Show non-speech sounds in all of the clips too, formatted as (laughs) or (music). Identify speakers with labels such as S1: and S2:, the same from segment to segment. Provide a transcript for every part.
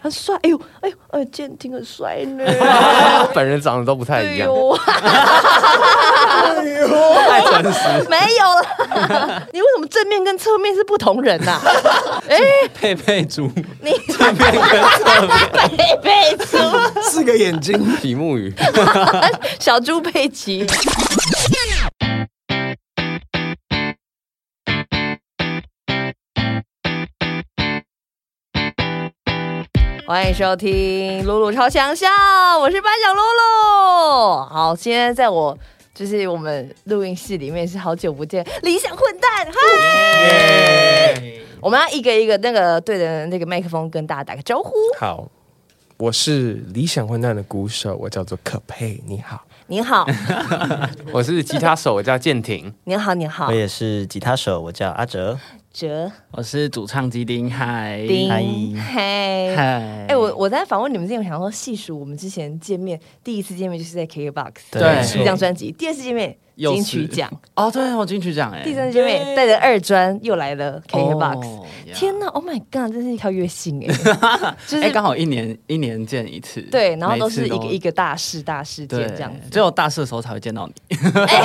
S1: 很帅，哎呦，哎呦，哎，今天挺很帅呢。
S2: (laughs)
S3: 本人长得都不 (laughs) 太
S1: 哎
S3: 一样，
S1: 呦，
S3: 太诚实。
S1: 没有了。 (laughs) 你为什么正面跟侧面是不同人
S3: (laughs)
S1: 呐、哎、
S4: 佩佩猪，
S1: 你正面 (laughs) 跟侧面，佩佩猪，
S2: 四个眼 (laughs) 睛，
S3: 比目鱼，
S1: 小猪佩奇。欢迎收听《露露超强笑》，我是班长露露。好，今天在我就是我们录音室里面是好久不见理想混蛋，嗨！我们要一个一个那个对着那个麦克风跟大家打个招呼。
S2: 好，我是理想混蛋的鼓手，我叫做可佩，你好。
S1: 您好，
S3: 我是吉他手，我叫建廷。
S1: 您好，您好
S5: 我，也是吉他手，我叫
S1: (laughs)
S5: 阿哲。
S1: 哲
S4: 我是主唱基丁，嗨，
S1: 丁
S5: 嗨，
S1: 嗨。
S4: 嗨，
S1: 哎、我我在访问你们之前，我想说细数我们之前见面，第一次见面就是在 KKBOX
S5: 对
S4: 对
S1: 出一张专辑，第二次见面
S4: 又
S1: 金
S4: 是
S1: 曲奖，
S4: 哦，对，我金曲奖哎，
S1: 第三次见面带着二专又来了 KKBOX。
S4: 哦呀
S1: 天呐 o h my god，真是一条月
S4: (laughs)
S1: 薪哎，就
S4: 哎，
S1: 是
S4: 刚好一年一年见一次，
S1: 对，然后
S4: 每
S1: 都
S4: 次
S1: 是一个一个大事大事件
S4: 对
S1: 这样子，
S4: 只有大事的时候才会见到你，
S1: 哎、嘿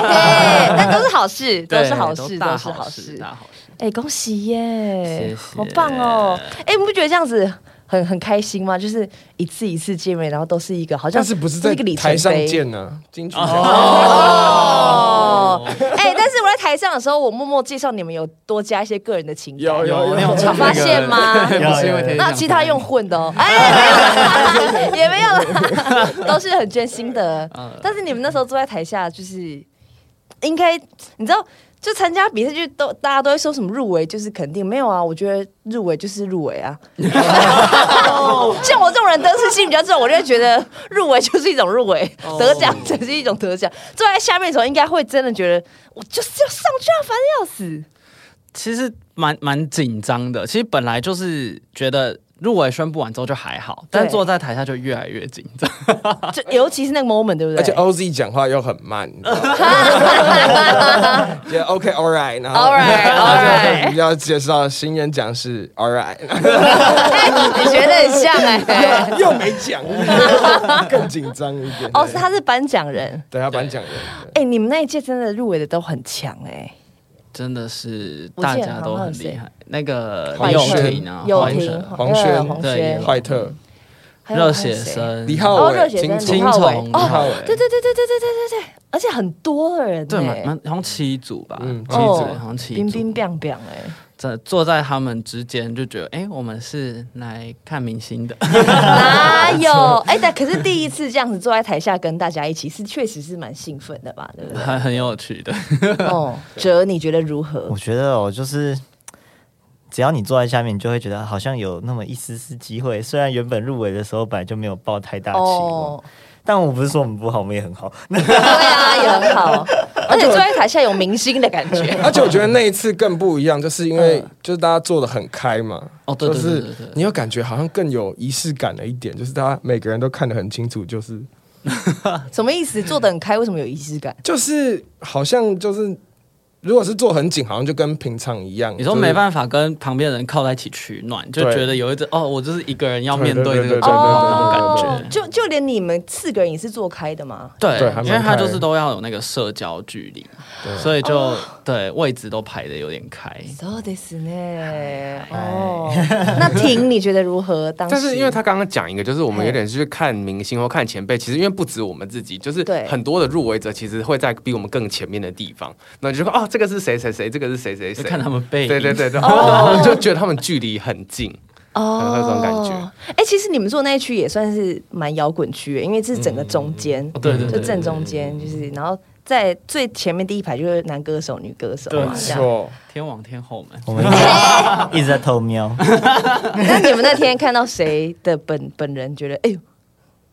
S1: 但都是好事， (laughs) 都
S4: (laughs) 对
S1: 是好事，
S4: 大
S1: 都是好事。
S4: 大好事。
S1: 哎、恭喜耶！
S4: 谢谢
S1: 好棒哦！哎、你不觉得这样子很很开心吗？就是一次一次见面，然后都是一个好像
S2: 但是不是在
S1: 一个里程
S2: 台上
S1: 碑
S2: 见呢？金曲奖
S1: 哦，哎、但是我在台上的时候，我默默介绍你们有多加一些个人的情感，
S2: 有有
S4: 有那
S2: 有
S4: 种唱
S1: 发现吗
S4: 那个不是因为天
S1: 那
S4: 上
S1: 其他用混的
S2: (laughs)
S1: 哦，哎，没有啦 (laughs) 也没有啦，都是很真心
S2: (laughs)
S1: 的。
S2: 嗯
S1: 但是你们那时候坐在台下，就是应该你知道，就参加比赛就都大家都会说什么入围就是肯定没有啊，我觉得入围就是入围
S2: (laughs)
S1: 啊。 (laughs) 像我这种人得失心比较重，我就会觉得入围就是一种入围，
S2: 哦
S1: 得奖只是一种得奖。坐在下面的时候，应该会真的觉得我就是要上去啊，烦得要死。
S4: 其实蛮蛮紧张的。其实本来就是觉得入围宣布完之后就还好，但
S1: 对
S4: 坐在台下就越来越紧张。
S1: 就
S2: (laughs)
S1: 尤其是那个 moment，对不对？
S2: 而且
S1: (laughs)
S2: 哦 OZ 讲话又很慢，你知道吗就 OK All right，然后
S1: All right, all right
S2: 然后就比较介绍新人奖是 All right，
S1: (laughs) 你觉得很像哎、
S2: 又没奖，更紧张一点。
S1: (laughs) 哦，是他是颁奖人。
S2: 对他颁奖人，
S1: 哎、你们那一届真的入围的都很强哎、
S4: 真的是
S1: 我记得
S4: 大家都
S1: 好像
S4: 很
S1: 有谁
S4: 厉害。那个
S2: 黄
S4: 李友
S2: 轩
S4: 廷啊，
S1: 有
S4: 黄
S1: 婷、
S4: 轩
S2: 黄轩
S1: 呃黄轩
S4: 对、
S2: 坏特、
S1: 还有
S4: 热
S1: 还
S4: 血
S1: 有谁，
S4: 生、
S2: 李浩
S1: 哦，热
S2: 伟、
S1: 血生
S4: 青
S1: 李浩伟
S4: 青
S1: 哦
S4: 李浩伟，
S1: 对对对对对对对对对，而且很多的人、欸，
S4: 对，蛮蛮好像七组吧，
S2: 嗯
S4: 七组，
S1: 哦
S4: 好像七
S1: 冰
S4: 组。
S1: 冰冰冰哎，
S4: (laughs) 这坐在他们之间就觉得，哎，我们是来看明星的。 (laughs)
S1: 哪有？哎、但可是第一次这样子坐在台下跟大家一起，是确实是蛮兴奋的吧？对不
S4: 很很有趣
S2: (laughs)
S4: 的，
S1: 对？哦，哲，你觉得如何
S5: 我？觉得我就是，只要你坐在下面，你就会觉得好像有那么一丝丝机会。虽然原本入围的时候本来就没有抱太大期望，
S1: 哦，
S5: 但我不是说我们不好，我们也很
S1: (laughs)
S5: 好。
S1: 对啊，也很 (laughs) 好，而且坐在台下有明星的感觉。
S2: (laughs) 而且我觉得那一次更不一样，就是因为就是大家做的很开嘛，
S4: 嗯哦对对对
S2: 就
S4: 对
S2: 是
S4: 对
S2: 你有感觉好像更有仪式感了一点，就是大家每个人都看得很清楚，就是
S1: (laughs) 什么意思？做的很开，为什么有仪式感？
S2: 就是好像就是如果是做很紧，好像就跟平常一样。
S4: 你说
S2: 就是
S4: 没办法跟旁边的人靠在一起取暖，就
S2: 对
S4: 觉得有一种哦，我就是一个人要面
S2: 对
S4: 对
S2: 对
S4: 这
S2: 对对对
S4: 个那种感觉。
S1: 哦就就连你们四个人也是做开的吗？
S4: 对
S2: 对还，蛮
S4: 因为他
S2: 开
S4: 就是都要有那个社交距离，所以
S1: 哦
S4: 就对位置都排的有点开。
S1: そうですね。哦，
S4: (laughs)
S1: 那婷你觉得如何？当时
S3: 但是因为他刚刚讲一个，就是我们有点是去看明星或看前辈，其实因为不止我们自己，就是
S1: 对
S3: 很多的入围者其实会在比我们更前面的地方，那你就说哦，这个是谁谁谁，这个是谁谁谁，
S4: 就看他们背影
S3: 对对对
S1: (laughs)
S3: 对，哦、就觉得他们距离很近，
S1: 哦
S3: 有这种感觉。
S1: 哎、其实你们坐那一区也算是蛮摇滚区的，因为这是整个中间、
S4: 哦对对
S1: 就
S4: 对
S1: 正中间，就是然后在最前面第一排就是男歌手、女歌手嘛，这样。
S2: 错，
S4: 天王天后们，
S5: 我们一直在偷瞄，
S1: (laughs) 那你们那天看到谁的本本人，觉得哎呦，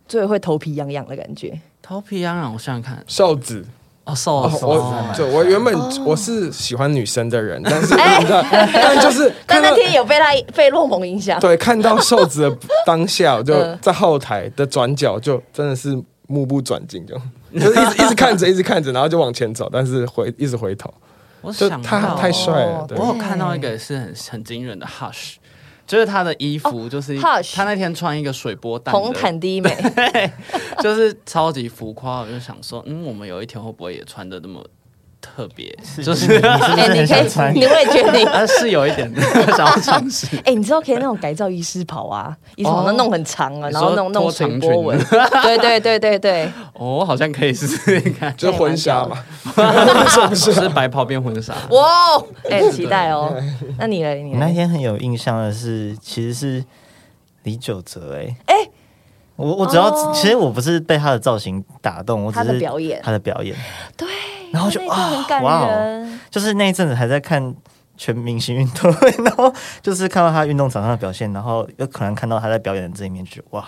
S1: 最会头皮痒痒的感觉？
S4: 头皮痒痒，我想想看，
S2: 瘦子。
S4: 哦，瘦
S2: 哦
S4: 了，瘦了，
S2: 我对我原本我是喜欢女生的人，但是但就是
S1: (laughs) 但
S2: 看到
S1: 那天有被他被洛蒙影响，
S2: (laughs) 对看到瘦子的当下，我就
S1: (laughs) 嗯
S2: 在后台的转角就真的是
S4: (laughs)
S2: 目不转睛，就就是一直一直看着，一直看着，然后就往前走，但是回一直回头。
S4: 我
S2: 就
S4: 想
S2: 他
S4: 到
S2: 太帅了
S1: 哦，
S2: 对
S4: 我有看到一个是很很惊人的 Hush，就是他的衣服就是、
S1: 哦，Hush
S4: 他那天穿一个水波蛋
S1: 红
S4: 的，
S1: 毯第一美，
S4: (laughs) 就是超级浮夸。我就想说，嗯，我们有一天会不会也穿的那么特别？就是
S5: 你 (laughs) 是不
S1: 哎、
S5: 是
S1: 你
S5: 很
S1: 可
S5: 想穿
S1: 以，？你会决定。
S4: (laughs) 他是有一点想要尝试， (laughs)
S1: 哎、你知道可以那种改造医师袍啊，医师袍那弄很长
S5: 哦
S1: 啊，
S4: 你
S1: 然后
S4: 说
S1: 弄弄
S4: 拖
S1: 水
S4: 长
S1: 波
S4: 裙
S1: 纹，
S5: (laughs)
S1: 对对对对对，
S4: 哦，我好像可以试试看，
S2: 就是婚纱嘛，
S4: (laughs) 就是白袍变婚纱。
S1: 哇哦，哎、期待哦。那你嘞，你
S5: 我那
S1: 嘞，
S5: 天很有印象的是，其实是李玖哲哎、
S1: 哎
S5: 我我只要、
S1: 哦
S5: 其实我不是被他的造型打动，我只是
S1: 他的表演
S5: 他的表演，
S1: 对，
S5: 然后就
S1: 那一段
S5: 啊
S1: 很感
S5: 哇
S1: 人，
S5: 就是那一阵子还在看全明星运动会，然后就是看到他运动场上的表现，然后又可能看到他在表演的这一面，就觉得哇，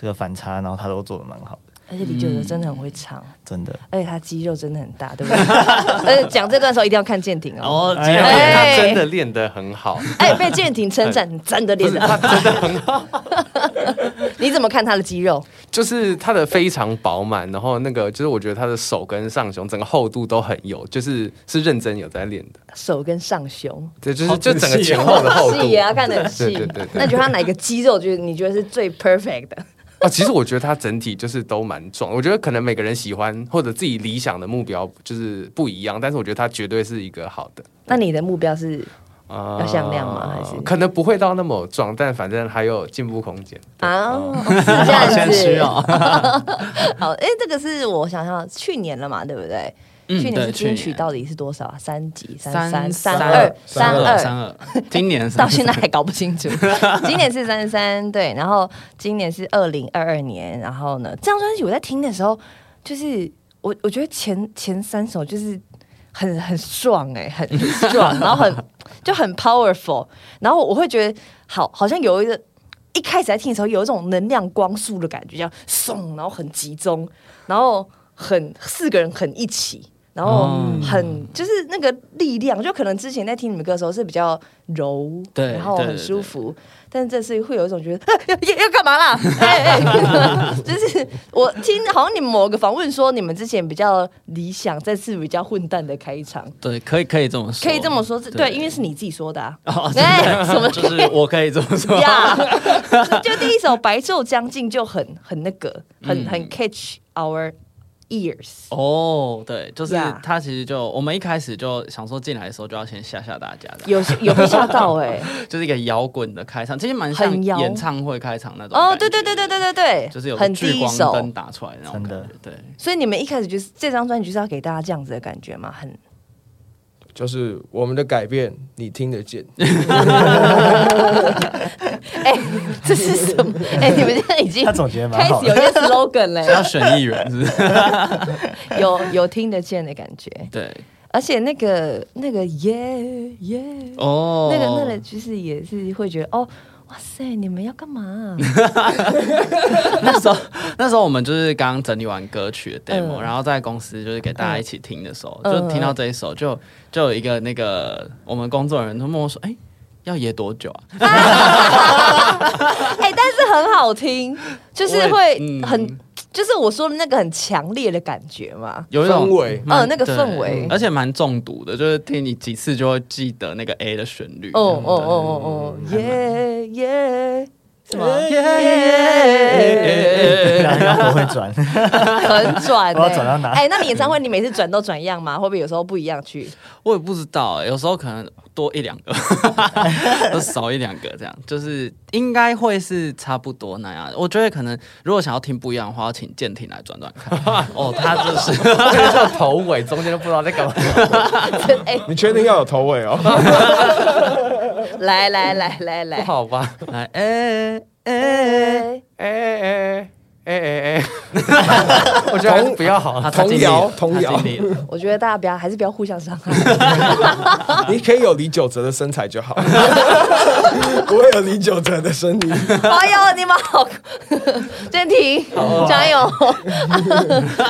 S5: 这个反差，然后他都做的蛮好的，
S1: 而且李玖哲真的很会唱。
S5: 真的。
S1: 而且他肌肉真的很大，对不对？
S5: (laughs)
S1: 而且讲这段的时候一定要看舰艇
S4: 然
S1: 哦。
S4: 后
S5: 哎
S4: 结果
S1: 哎
S3: 他真的练得很好，
S1: 哎，被舰艇称赞，真的练得好，真的很好。你怎么看他的肌肉？
S3: (laughs) 就是他的非常饱满，然后那个就是我觉得他的手跟上胸整个厚度都很有，就是是认真有在练的，
S1: 手跟上胸，
S3: 对，就
S4: 好
S3: 是就整个
S4: 仔细哦
S3: 前后的厚度。
S1: 细啊，看得很细
S3: 对对对对。
S1: 那你觉得他哪个肌肉，就是你觉得是最 perfect 的？
S3: (laughs) 啊，其实我觉得他整体就是都蛮壮，我觉得可能每个人喜欢或者自己理想的目标就是不一样，但是我觉得他绝对是一个好的。
S1: (laughs) 那你的目标是
S3: 啊
S1: 要像那样吗还是
S3: 可能不会到那么壮，但反正还有进步空间。
S1: 啊？是这样
S4: 好谦虚
S1: 子。
S4: 哦，
S1: (laughs) 好，哎，这个是我想想，去年了嘛，对不对？
S4: 嗯
S1: 去年是
S4: 对去
S1: 金
S4: 年
S1: 曲到底是多少啊？三级、三
S4: 三
S1: 三、三
S4: 三
S1: 二、三
S2: 二
S1: 二
S4: 三。二，今年
S1: 到
S4: 三
S1: 现在还搞不清楚。 (laughs) 今年是三十三，对，然后今年是二零二二年，然后呢，这张专辑我在听的时候，就是我我觉得前前三首就是很很爽哎、很很爽，然后很就很 powerful，然后我会觉得好好像有一个。一开始在听的时候，有一种能量光束的感觉，这样送，然后很集中，然后很四个人很一起，然后
S4: 嗯
S1: 很、就是那个力量，就可能之前在听你们歌的时候是比较柔，
S4: 对
S1: 然后
S4: 对
S1: 很
S4: 对
S1: 舒服，但这次会有一种觉得、啊、 (laughs) 要要要干嘛
S4: (laughs)
S1: 啦？哎哎， (laughs) 就是我听好像你们某个访问说，你们之前比较理想，这次比较混蛋的开场，
S4: 对，可以可以这么说，
S1: 可以这么说，对，
S4: 对
S1: 因为是你自己说的啊。
S4: (laughs)
S1: (laughs)
S4: 哦，真
S1: 哎
S4: 的
S1: 什么
S4: 就是我可以这么
S1: (laughs)
S4: 说，
S1: 呀就第一首《白昼将近》就很很那个，很很 catch our ears。
S4: 哦，对，就是
S1: 呀
S4: 他其实就我们一开始就想说进来的时候就要先吓吓大家的，
S1: 有些有被吓到哎、
S4: 就是一个摇滚的开场，其实蛮像
S1: 很摇
S4: 演唱会开场那
S1: (laughs)
S4: 种。
S1: 哦，对对对对，对对对，
S4: 就是有个
S1: 很
S4: 聚
S1: 第一
S4: 光
S1: 首，
S4: 灯打出来的那种感觉。对，
S1: 所以你们一开始就是这张专辑就是要给大家这样子的感觉嘛，很
S2: 就是我们的改变，你听得
S4: (laughs)
S2: 见。
S1: 哎、 (laughs) 这是什么？哎、你们现在已经
S5: 他总觉得蛮
S1: 开
S5: 好
S1: 始有
S5: 的，
S1: 一些 slogan 嘞，
S4: (laughs) 要选议员是不是？
S1: 有有听得见的感觉，
S4: 对，
S1: 而且那个那个耶耶
S4: 哦，
S1: 那个那个就是也是会觉得哦，哇塞，你们要干嘛？
S4: 那时候那时候我们就是刚整理完歌曲的 demo，、
S1: 嗯
S4: 然后在公司就是给大家一起听的时候，
S1: 嗯
S4: 就听到这一首，就就有一个那个我们工作人员就问我说：“哎、要演多久啊？
S1: (laughs) 哎、但是很好听，就是
S4: 我也
S1: 会
S4: 嗯
S1: 很，就是我说的那个很强烈的感觉嘛。
S4: 有一种
S2: 氛围
S4: 蛮
S1: 嗯那个
S4: 对
S1: 氛围
S4: 而且蛮中毒的，就是听你几次就会记得那个 A 的旋律。
S1: 哦
S4: 哦
S1: 哦哦哦哦，耶耶，什么？
S5: 然后然后我会转，
S1: 很转、欸，
S5: 哎我要转到哪
S1: 哎、那你演唱会你每次转都转一样吗？会不会有时候不一样去？
S4: 我也不知道、欸，有时候可能多一两
S1: (laughs)
S4: 个，都少一两个，这样就是应该会是差不多那样。我觉得可能如果想要听不一样的话，要请舰艇来转转看。哦，他就是
S3: 这头尾中间都不知道在干嘛。 (laughs)
S1: 哎、
S2: 你确定要有头尾哦？
S4: (laughs)
S1: 来来来来
S3: 不
S1: 来，
S3: 好吧？
S4: 来，哎、哎、
S1: 哎
S3: 哎哎哎哎哎，我觉得还是不要好
S4: 他
S3: 了。
S4: 他尽力了
S2: 童谣
S4: 他尽力了
S1: 我觉得大家不要，还是不要互相伤害。
S2: 你可以有李玖哲的身材就
S4: (laughs)
S2: 好，不会有李玖哲的声音。
S1: 哎呦，你们好，真婷，
S4: 啊
S1: 加油！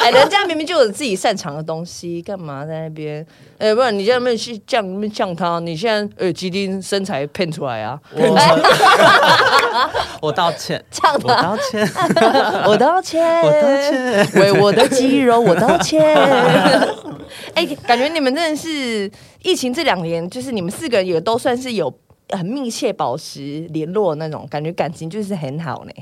S1: 哎，人家明明就有自己擅长的东西，干嘛在那边？哎，不然你在那边去降那边降他，你现在呃，基丁身材骗出来啊， (laughs)
S4: 我我道歉，
S1: 降
S4: 我
S1: 他，
S4: 道歉，
S1: (laughs) 我道歉，
S4: 我道歉， (laughs)
S1: 为我的肌肉我道歉。哎、感觉你们真的是疫情这两年，就是你们四个人也都算是有很密切保持联络那种，感觉感情就是很好呢。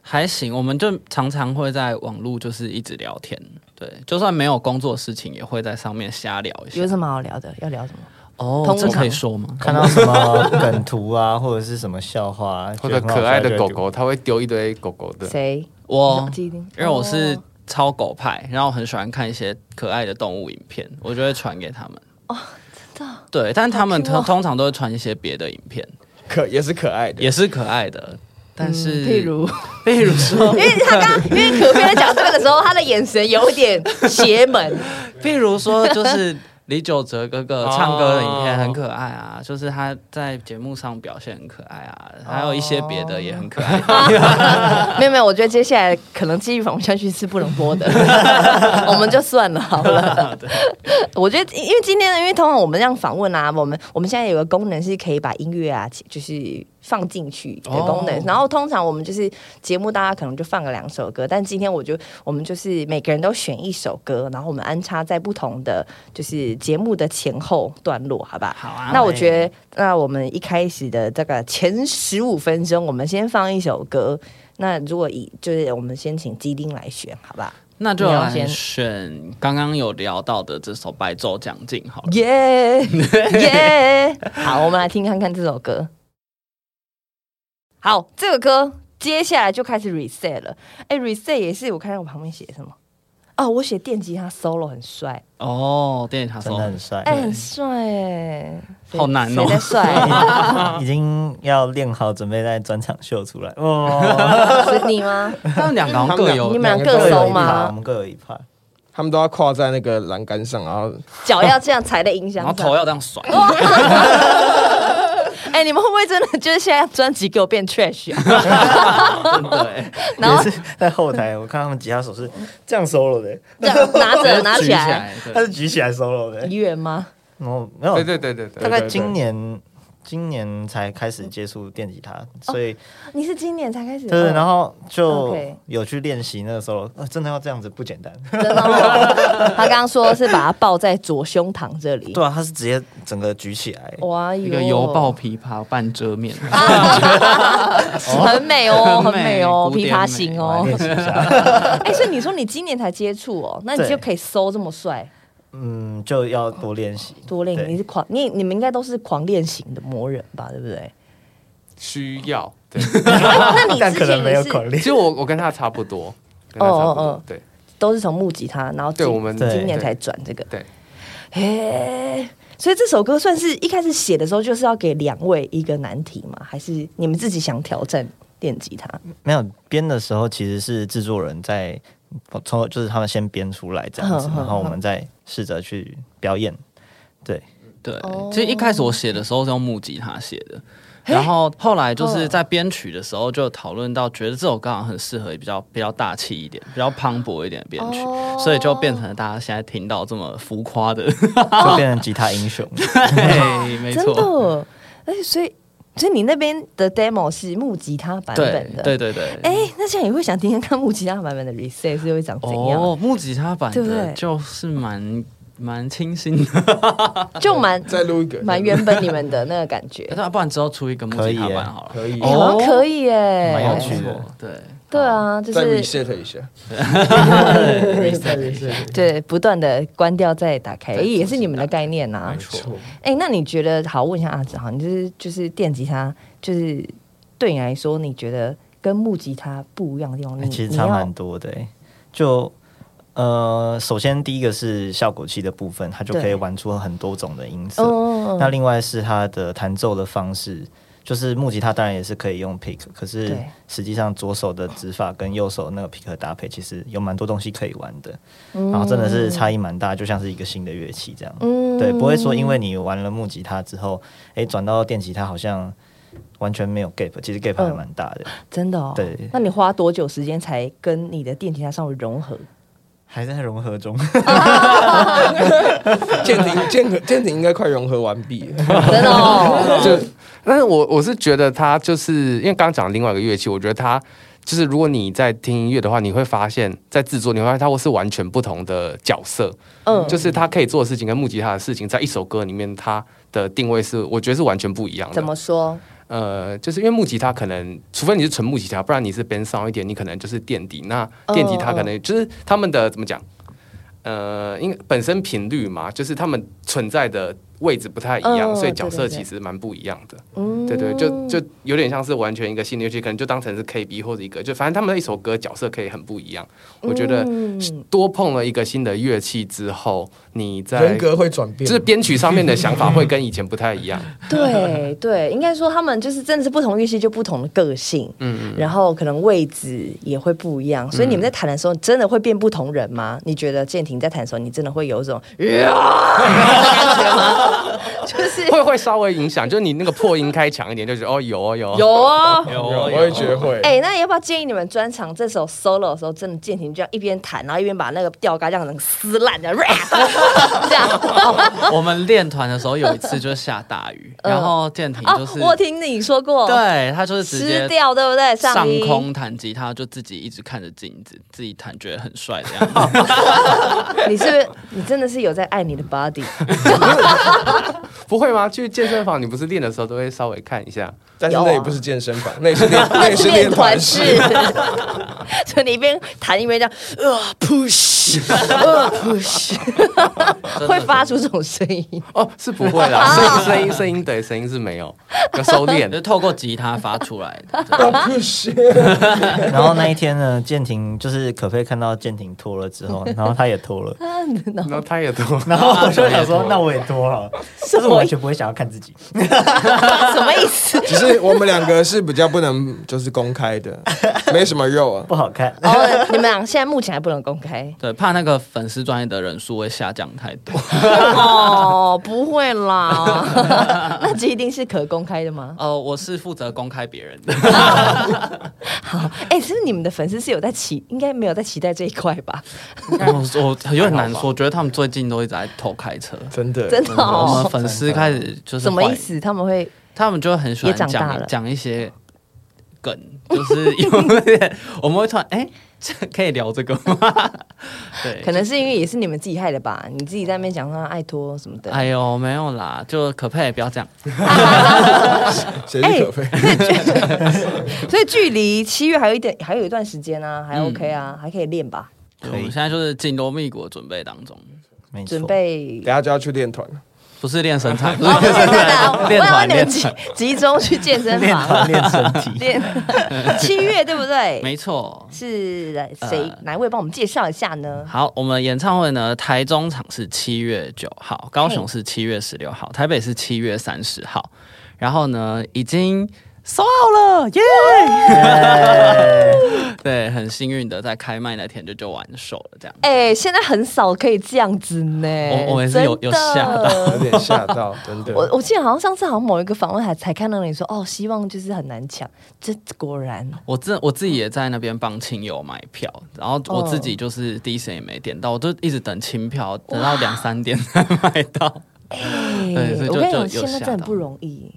S4: 还行，我们就常常会在网络就是一直聊天，对，就算没有工作事情，也会在上面瞎聊一
S1: 有
S4: 下。
S1: 什么好聊的？要聊什么？
S4: 哦
S1: 通，
S4: 这可以
S1: 常
S4: 说吗？
S5: 看到什么梗图啊，或者是什么笑话啊，
S3: 或
S5: 觉得
S3: 者
S5: 很好
S3: 可
S5: 笑
S3: 爱的狗
S5: 就会
S3: 狗，它会丢一堆狗狗的。
S1: 谁？
S4: 我
S1: 基丁
S4: 因为我是
S1: 哦
S4: 超狗派，然后我很喜欢看一些可爱的动物影片，我就会传给他们。哦，真的？对，但他们
S1: 好 Q 哦
S4: 通通常都会传一些别的影片，
S2: 可也是可爱的。
S4: 也是可爱的，但是
S1: 嗯譬如，
S4: (laughs) 譬如
S1: (laughs)
S4: 说，
S1: 因为他刚因为可菲在讲这个的时候，他的眼神有点邪门。 (laughs)
S4: 譬如说，就是李玖哲哥哥唱歌的影片很可爱啊，就是他在节目上表现很可爱啊，还有一些别的也很可爱。
S1: 没有没有，我觉得接下来可能基于访下去是不能播的， (laughs) 我们就算了好
S4: (laughs)
S1: 了。我觉得，因为今天，因为通常我们这样访问啊，我们我们现在有个功能是可以把音乐啊，就是放进去的功能。
S4: 哦
S1: 然后通常我们就是节目，大家可能就放个两首歌，但今天我就我们就是每个人都选一首歌，然后我们安插在不同的就是节目的前后段落，好吧？
S4: 好啊
S1: 那我觉得，那我们一开始的这个前十五分钟，我们先放一首歌。那如果以就是我们先请基丁来选，好吧？
S4: 那就
S1: 你要
S4: 来
S1: 先
S4: 选刚刚有聊到的这首《白昼将近》好了。
S1: 耶耶！好，我们来听看看这首歌。好，这个歌接下来就开始 reset 了。哎，reset 也是我看到我旁边写什么？哦，我写电吉他 solo 很帅，
S4: 哦，电影他
S5: 真
S4: 说
S5: 的很帅。
S1: 哎、很帅哎、谁
S4: 好难哦
S1: 谁在帅、
S5: (laughs) 已经要练好，准备在专场秀出来。哦，
S1: 是你吗？
S4: 他们两个好像各有
S1: 你们俩
S2: 两个
S1: 各
S5: 各有
S1: 收
S5: 一趴，我
S1: 吗？
S5: 们各有一趴。
S2: 他们都要跨在那个栏杆上，然后
S1: 脚要这样踩在音箱
S4: 然
S1: 上，
S4: 后头要这样甩，
S1: 哎、你们会不会真的就是现在专辑给我变 trash 啊？
S4: 真的欸
S1: 然后
S5: 也是在后台，我看他们吉他手是这样 solo 的，
S1: 这样
S5: (laughs)
S1: 拿着拿
S4: 举
S1: 起
S4: 起
S1: 来，
S4: 来，
S5: 他
S4: 对
S5: 是举起来 solo 的。
S1: 怡远吗？
S5: 然后没有，
S3: 哎对对对对
S5: 大
S3: 对，
S5: 概今年今年才开始接触电吉
S1: 哦
S5: 他，所以
S1: 你是今年才开始？
S5: 对，然后就
S1: 嗯哦 OK
S5: 有去练习那个 solo，呃真的要这样子
S1: (laughs)
S5: 不简单。
S1: 真的哦，他刚刚说是把它抱在左胸膛这里。
S5: 对啊，他是直接整个举起来，
S1: 哇哟，
S4: (laughs) 一个油爆琵琶半遮面，
S1: 很美哦，很
S4: 很美
S1: 美哦，
S4: 古
S1: 琵
S4: 典
S1: 琶型
S5: 我来
S1: 哦。
S5: 练习一下。
S1: (laughs) 哎，所以你说你今年才接触哦，那你
S5: 对
S1: 就可以收这么帅，
S5: 嗯，就要多练习，
S1: 多练。
S5: 对
S1: 你是狂，你你们应该都是狂练型的魔人吧，对不
S5: (laughs)
S1: 对？哎
S3: 需要。对，
S1: 那你
S5: 但
S1: 之
S5: 可能
S1: 前
S5: 没
S1: 也
S5: 有
S1: 是
S5: 狂
S3: 其
S1: (laughs)
S5: 练。
S3: 实我我跟他差不多，跟他差不
S1: 哦哦哦
S3: 多。对
S1: 都是从木吉他，然后
S3: 对，
S1: 进
S3: 我们
S5: 对
S1: 今年才转这个。
S3: 对，
S1: 嘿，所以这首歌算是一开始写的时候就是要给两位一个难题吗？还是你们自己想挑战电吉他？
S5: 没有编的时候，其实是制作人在从就是他们先编出来这样子，
S1: 哼哼
S5: 然后我们再试着去表演。
S1: (laughs)
S5: 对，
S4: 对
S1: 哦，
S4: 其实一开始我写的时候是用木吉他写的，然后后来
S1: 嗯
S4: 就是在编曲的时候就讨论到，觉得这首歌好像很适合比较比较大气一点、比较磅礴一点的编曲
S1: 哦，
S4: 所以就变成了大家现在听到这么浮夸的。
S5: 就变成吉他英雄。
S4: (laughs) 对，没
S1: 真
S4: 错，
S1: 的，而且所以所以你那边的 demo 是木吉他版
S4: 对
S1: 本的，
S4: 对。对对。
S1: 哎、那现在也会想听听看木吉他版本的 reset 是会长怎样？啊
S4: 哦，木吉他版
S1: 对不对
S4: 的就是蛮蛮清新的，
S1: 就蛮
S2: 再录一个，
S1: 蛮原本你们的那个感觉，
S4: (laughs) 那不然之后出一个木吉他版好了。
S2: 可以
S1: 哎、好
S4: 哦
S1: 像可以耶、
S5: 蛮有趣的
S4: 没错对，
S1: 对啊，就
S2: 再
S1: 是
S2: reset 一下。
S1: (laughs) 对，不断的关掉再打开，也是你们的概念呐、
S4: 没错。
S1: 哎、那你觉得好？问一下阿紫，好，你就是就是电吉他，就是对你来说，你觉得跟木吉他不一样的地方？你
S5: 哎其实
S1: 嗯你
S5: 差
S1: 要
S5: 蛮多的欸、就呃，首先第一个是效果器的部分，它就可以
S1: 对
S5: 玩出很多种的音色。
S1: 嗯，
S5: 那另外是它的弹奏的方式，就是木吉他当然也是可以用 pick，可是
S1: 对
S5: 实际上左手的指法跟右手那个 pick 的搭配，其实有蛮多东西可以玩的。然后真的是差异蛮大，就像是一个新的乐器这样。
S1: 嗯
S5: 对，不会说因为你玩了木吉他之后，哎，转到电吉他好像完全没有 gap，其实 gap
S1: 嗯
S5: 还蛮大的。
S1: 真的哦。
S5: 对
S1: 那你花多久时间才跟你的电吉他稍微融合？
S5: 还在融合中，
S2: 舰 (laughs) 艇舰艇舰艇应该快融合完毕了。
S1: (laughs) 真的 (laughs) 哦，
S3: 就，但是我我是觉得他就是因为刚刚讲另外一个乐器，我觉得他就是如果你在听音乐的话，你会发现在制作，你会发现它会是完全不同的角色。
S1: 嗯，
S3: 就是他可以做的事情跟木吉他的事情，在一首歌里面，它的定位是我觉得是完全不一样
S1: (laughs)
S3: 的。
S1: 怎么说？
S3: 呃，就是因为木吉他可能，除非你是纯木吉他，不然你是 b a n song 一点，你可能就是垫底。那电吉他可能、就是他们的怎么讲？呃，因为本身频率嘛，就是他们存在的位置不太一样，
S1: 嗯
S3: 所以角
S1: 对
S3: 色
S1: 对对
S3: 其实蛮不一样的。
S1: 嗯，
S3: 哦对对，就就有点像是完全一个新的乐器，可能就当成是 KB 或者一个，就反正他们的一首歌角色可以很不一样。我觉得
S1: 嗯
S3: 多碰了一个新的乐器之后，你在
S2: 人格会转变，
S3: 就是编曲上面的想法会跟以前不太一样。
S1: (laughs) 对对，应该说他们就是真的是不同乐器就不同的个性，嗯，然后可能位置也会不一样，所以你们在弹的时候真的会变不同人吗？你觉得建廷在弹的时候，你真的会有一种 (laughs) 感觉吗？ (laughs) 就是
S3: 会会稍微影响，就是你那个破音开强一点，就觉得哦有哦有哦
S1: 有哦。
S4: 有
S2: 我会觉得会。
S1: 哎、那要不要建议你们专场这首 solo 的时候，真的建廷这样一边弹，然后一边把那个吊杆这样能撕烂，这样 rap 这样？
S4: 我们练团的时候有一次就是下大雨，
S1: 嗯
S4: 然后建廷就
S1: 哦，
S4: 是、
S1: 我听你说过，，
S4: 对他就是直
S1: 湿
S4: 接
S1: 哦掉对不对？
S4: 上
S1: 衣
S4: 空弹吉他，就自己一直看着镜子，自己弹觉得很帅的样子。
S1: 你是不是你真的是有在爱你的
S4: (laughs)
S1: body？
S3: 不会吗？去健身房，你不是练的时候都会稍微看一下？
S2: 但是
S1: 有啊
S2: 那也不是健身房，那也是
S1: (laughs)
S2: 练，那也是
S1: 练
S2: 练
S1: 团
S2: 团
S1: 式
S2: 式。，
S1: (laughs) 所以你一边弹一边这样，呃，push，呃，push，会发出这种声
S4: (laughs)
S1: 音。
S3: 哦，是不会啦，声音声音声音对声音是没有，要收敛
S4: 就。是透过吉他发出来的，
S2: (laughs) 哦不是，
S5: (laughs) 然后那一天呢，建廷就是可菲看到建廷脱了之后，
S1: (laughs)
S5: 然后他也脱了，
S3: 然后他也多，
S5: 然后我就想说，那我也
S1: (laughs)
S5: 脱了，但是我完全不会想要看自己。
S1: 什么意思？
S2: 只是我们两个是比较不能就是公
S1: (laughs)
S2: 开的，没什么肉啊。
S5: 不好看。
S1: 哦，你们俩现在目前还不能公
S4: (laughs)
S1: 开
S4: 对，怕那个粉丝专业的人数会下降太多。
S1: 哦，不会啦， (laughs) 那这一定是可公开的吗？
S4: 呃，我是负责公开别人的，
S1: (laughs) 哎，是不是你们的粉丝是有在期，应该没有在期待这一块吧？
S4: 哦我我有点难说，我觉得他们最近都一直在偷开车。
S2: 真的，
S1: 真的
S4: 我
S1: 哦
S4: 们，粉丝开始就是
S1: 什么
S4: 坏
S1: 意？思？他们会
S4: 他们就很喜
S1: 也长
S4: 欢
S1: 大了
S4: 讲讲一些梗，就是有点我们会突然哎、这可以聊这个吗？
S1: (laughs)
S4: 对，
S1: 可能是因为也是你们自己害的吧？你自己在那边讲说爱托什么的，
S4: 哎呦没有啦，就可佩不要这样。
S2: 谁是可菲？
S1: 所以距离七月还有一点，还有一段时间啊，
S4: 嗯
S1: 还 OK 啊，还可以练吧。
S4: 对我们现在就是紧锣密鼓的准备当中，
S5: 没错
S1: 准备
S2: 等一下就要去练团了。
S4: 不是练身材，不是
S1: 哦，
S4: 练身材
S1: 我
S4: 练
S1: 要
S4: 团
S1: 你们
S4: 练
S1: 集
S4: 团，
S1: 集中去健身
S5: 练
S1: 房
S5: 团练身体。
S1: (laughs) 练。七月对不对？
S4: 没错。
S1: 是谁
S4: 呃
S1: 哪一位帮我们介绍一下呢？
S4: 好，我们演唱会呢，台中场是七月九号，高雄是七月十六号，台北是七月三十号。然后呢，已经 sold out 了，耶、 (laughs) 对，很幸运的在开麦那天就就完售了，这样。
S1: 哎，现在很少可以这样子呢。
S4: 我我也是有
S1: 真
S4: 有
S1: 的
S4: 吓
S2: (laughs) 有点吓到，真的。
S1: 我我记得好像上次好像某一个访问还才看到你说哦，希望就是很难抢，这果然
S4: 我自我自己也在那边帮亲友买票，然后我自己
S1: 哦
S4: 就是第一时间也没点到，我就一直等清票，等到两三点 (laughs) 才买
S1: (laughs)
S4: 到。
S1: 哎
S4: 对所以
S1: 我
S4: 就
S1: 跟你
S4: 就
S1: 讲，
S4: 有
S1: 现在
S4: 吓
S1: 真的
S4: 到
S1: 不容易，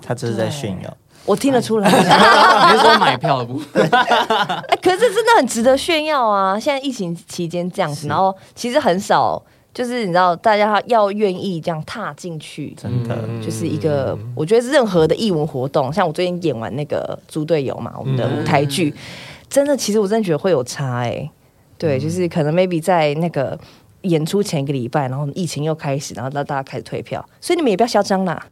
S5: 他这是在炫耀，
S1: 我听得出来。
S4: 哎你是说买票的部分？
S1: 哎，可是这真的很值得炫耀啊！现在疫情期间这样子，然后其实很少，就是你知道，大家要愿意这样踏进去，
S5: 真的。
S1: 就是一个我觉得任何的艺文活动，像我最近演完那个猪队友嘛，我们的
S5: 嗯
S1: 舞台剧，真的，其实我真的觉得会有差哎、对，
S5: 嗯
S1: 就是可能 maybe 在那个。演出前一个礼拜，然后疫情又开始，然后让大家开始退票，所以你们也不要嚣张
S5: (laughs)
S1: 啦。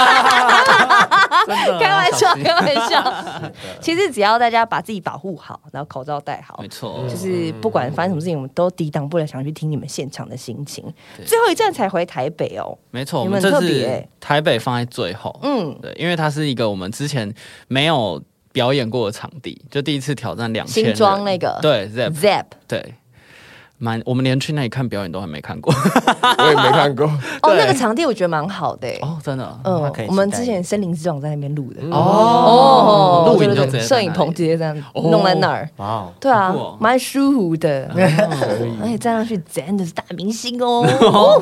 S5: 啊
S1: (laughs) 开玩笑，开玩笑。其实只要大家把自己保护好，然后口罩戴好
S4: 没，错，
S1: 就是不管发生什么事情，我们都抵挡不了想去听你们现场的心情。最后一站才回台北哦，
S4: 没错，我
S1: 你
S4: 们
S1: 们
S4: 这
S1: 很特别
S4: 次
S1: 欸
S4: 台北放在最后，
S1: 嗯，
S4: 对，因为它是一个我们之前没有表演过的场地，就第一次挑战两千
S1: 新庄那个
S4: 对 z e p
S1: Zap
S4: 对，蛮我们连去那里看表演都还没看过
S2: 我也没看
S1: (laughs)
S2: 过，
S1: 哦，
S4: 对
S1: 那个场地我觉得蛮好的欸。
S4: 哦，真的，
S1: 嗯
S5: 那可以期待
S1: 我们之前森林之王在那边录的
S4: (laughs) 嗯哦录
S1: 对
S4: 影
S1: 对
S4: 就
S1: 对
S4: 直接在
S1: 摄影
S4: 那
S1: 棚
S4: 里
S1: 直接这样
S4: 哦
S1: 弄在那儿，
S5: 哇哦，
S1: 对啊
S4: 好酷哦，
S1: 蛮舒服的，而且站上去真的是大明星
S4: (laughs)
S1: 哦，哦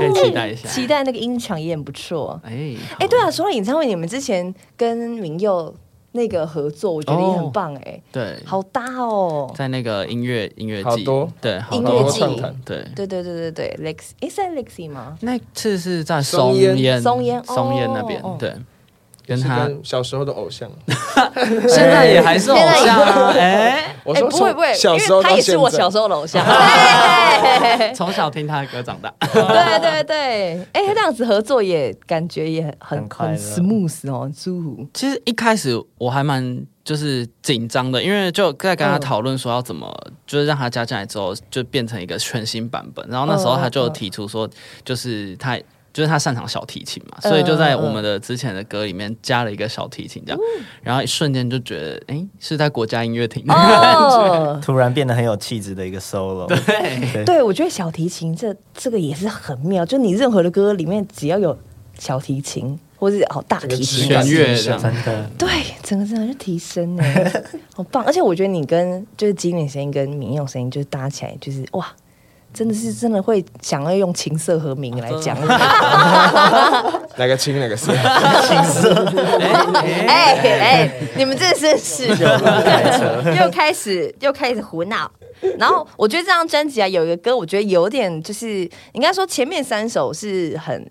S4: 可以期待一下，
S1: 期待那个音场也很不错。
S4: 哎，
S1: 哎，对啊，说到演唱会，你们之前跟明佑。那个合作，我觉得也很棒哎、
S4: 对，
S1: 好搭哦。
S4: 在那个音乐音乐
S2: 好
S4: 季
S2: 多，
S4: 对，好
S1: 音
S4: 多
S1: 乐
S2: 多
S1: 季
S2: 畅谈
S4: 对。
S1: 对对对对对，Lex，诶，是在 Lexi 吗？
S4: 那次是在
S2: 松
S4: 松
S2: 烟
S4: 烟
S1: 松烟哦
S4: 松烟那边
S1: 哦，
S4: 对，
S2: 也
S4: 跟
S2: 是
S4: 他
S2: 跟小时候的偶像。
S4: 现在也还是偶
S1: 现
S4: 像
S1: 在
S4: 啊，哎，
S2: (laughs) 我
S1: 哎，
S2: 说
S1: 不会
S2: 从
S1: 不会，
S2: 小时
S1: 因
S2: 候
S1: 为
S2: 到
S1: 他也是我
S2: 现在
S1: 小时候的
S2: (laughs)
S1: 偶像。对
S4: 从小听他的歌长大，
S1: 对对对，哎，那样子合作也感觉也很很
S5: 很快乐
S1: 很 smooth 哦，很舒服。
S4: 其实一开始我还蛮就是紧张的，因为就在跟他讨论说要怎么，就是让他加进来之后就变成一个全新版本。然后那时
S1: 嗯
S4: 候他就提出说，就是他。就是他擅长小提琴嘛，
S1: 嗯
S4: 所以就在我们的之前的歌里面加了一个小提琴，这样，
S1: 嗯
S4: 然后一瞬间就觉得，哎，是在国家音乐厅，
S1: 哦，
S5: 突然变得很有气质的一个 solo。
S1: (laughs)
S5: 对
S1: 对，我觉得小提琴这这个也是很妙，就你任何的歌里面只要有小提琴或是哦大
S2: 这个
S1: 提
S2: 质
S1: 琴，
S2: 感
S4: 弦乐这样
S5: 真的
S1: 对，整个真的是提升哎，好棒！而且我觉得你跟就是经典声音跟民用声音就是搭起来，就是哇，真的是真的会想要用琴瑟和鸣来讲。
S2: 哪个亲哪 (laughs) 个色？
S1: 哎哎，你们这真是又开始又开始胡闹。然后我觉得这张专辑啊，有一个歌，我觉得有点就是应该说前面三首是很。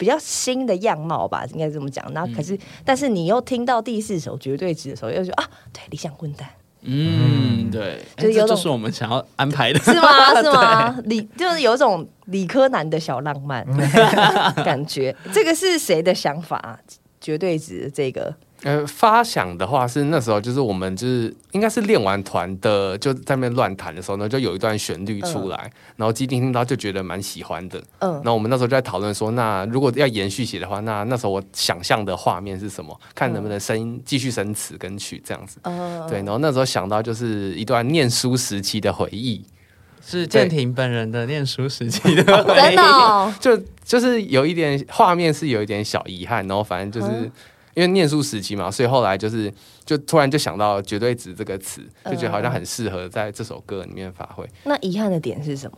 S1: 比较新的样貌吧，应该这么讲。然后可是，但是你又听到第四首《绝对值》的时候，又说啊，对，理想混蛋，
S4: 嗯，对，
S1: 就有
S4: 诶这就
S1: 种
S4: 是我们想要安排的，
S1: (laughs) 是吗？是吗？理就是有一种理科男的小浪漫 (laughs) 感觉。这个是谁的想法、啊？绝对值这个
S3: 呃，发想的话是那时候就是我们就是应该是练完团的，就在那边乱弹的时候呢，就有一段旋律出来，然后基丁听到就觉得蛮喜欢的。
S1: 嗯
S3: 然后我们那时候就在讨论说，那如果要延续写的话，那那时候我想象的画面是什么？看能不能生继续生词跟曲这样子。
S1: 呃，
S3: 对，然后那时候想到就是一段念书时期的回忆，
S4: 是建廷本人的念书时期的回忆，
S1: 真的、哦，
S3: 就就是有一点画面是有一点小遗憾，然后反正就是、
S1: 嗯
S3: 因为念书时期嘛，所以后来就是就突然就想到“绝对值”这个词，
S1: 嗯
S3: 就觉得好像很适合在这首歌里面发挥。
S1: 那遗憾的点是什么？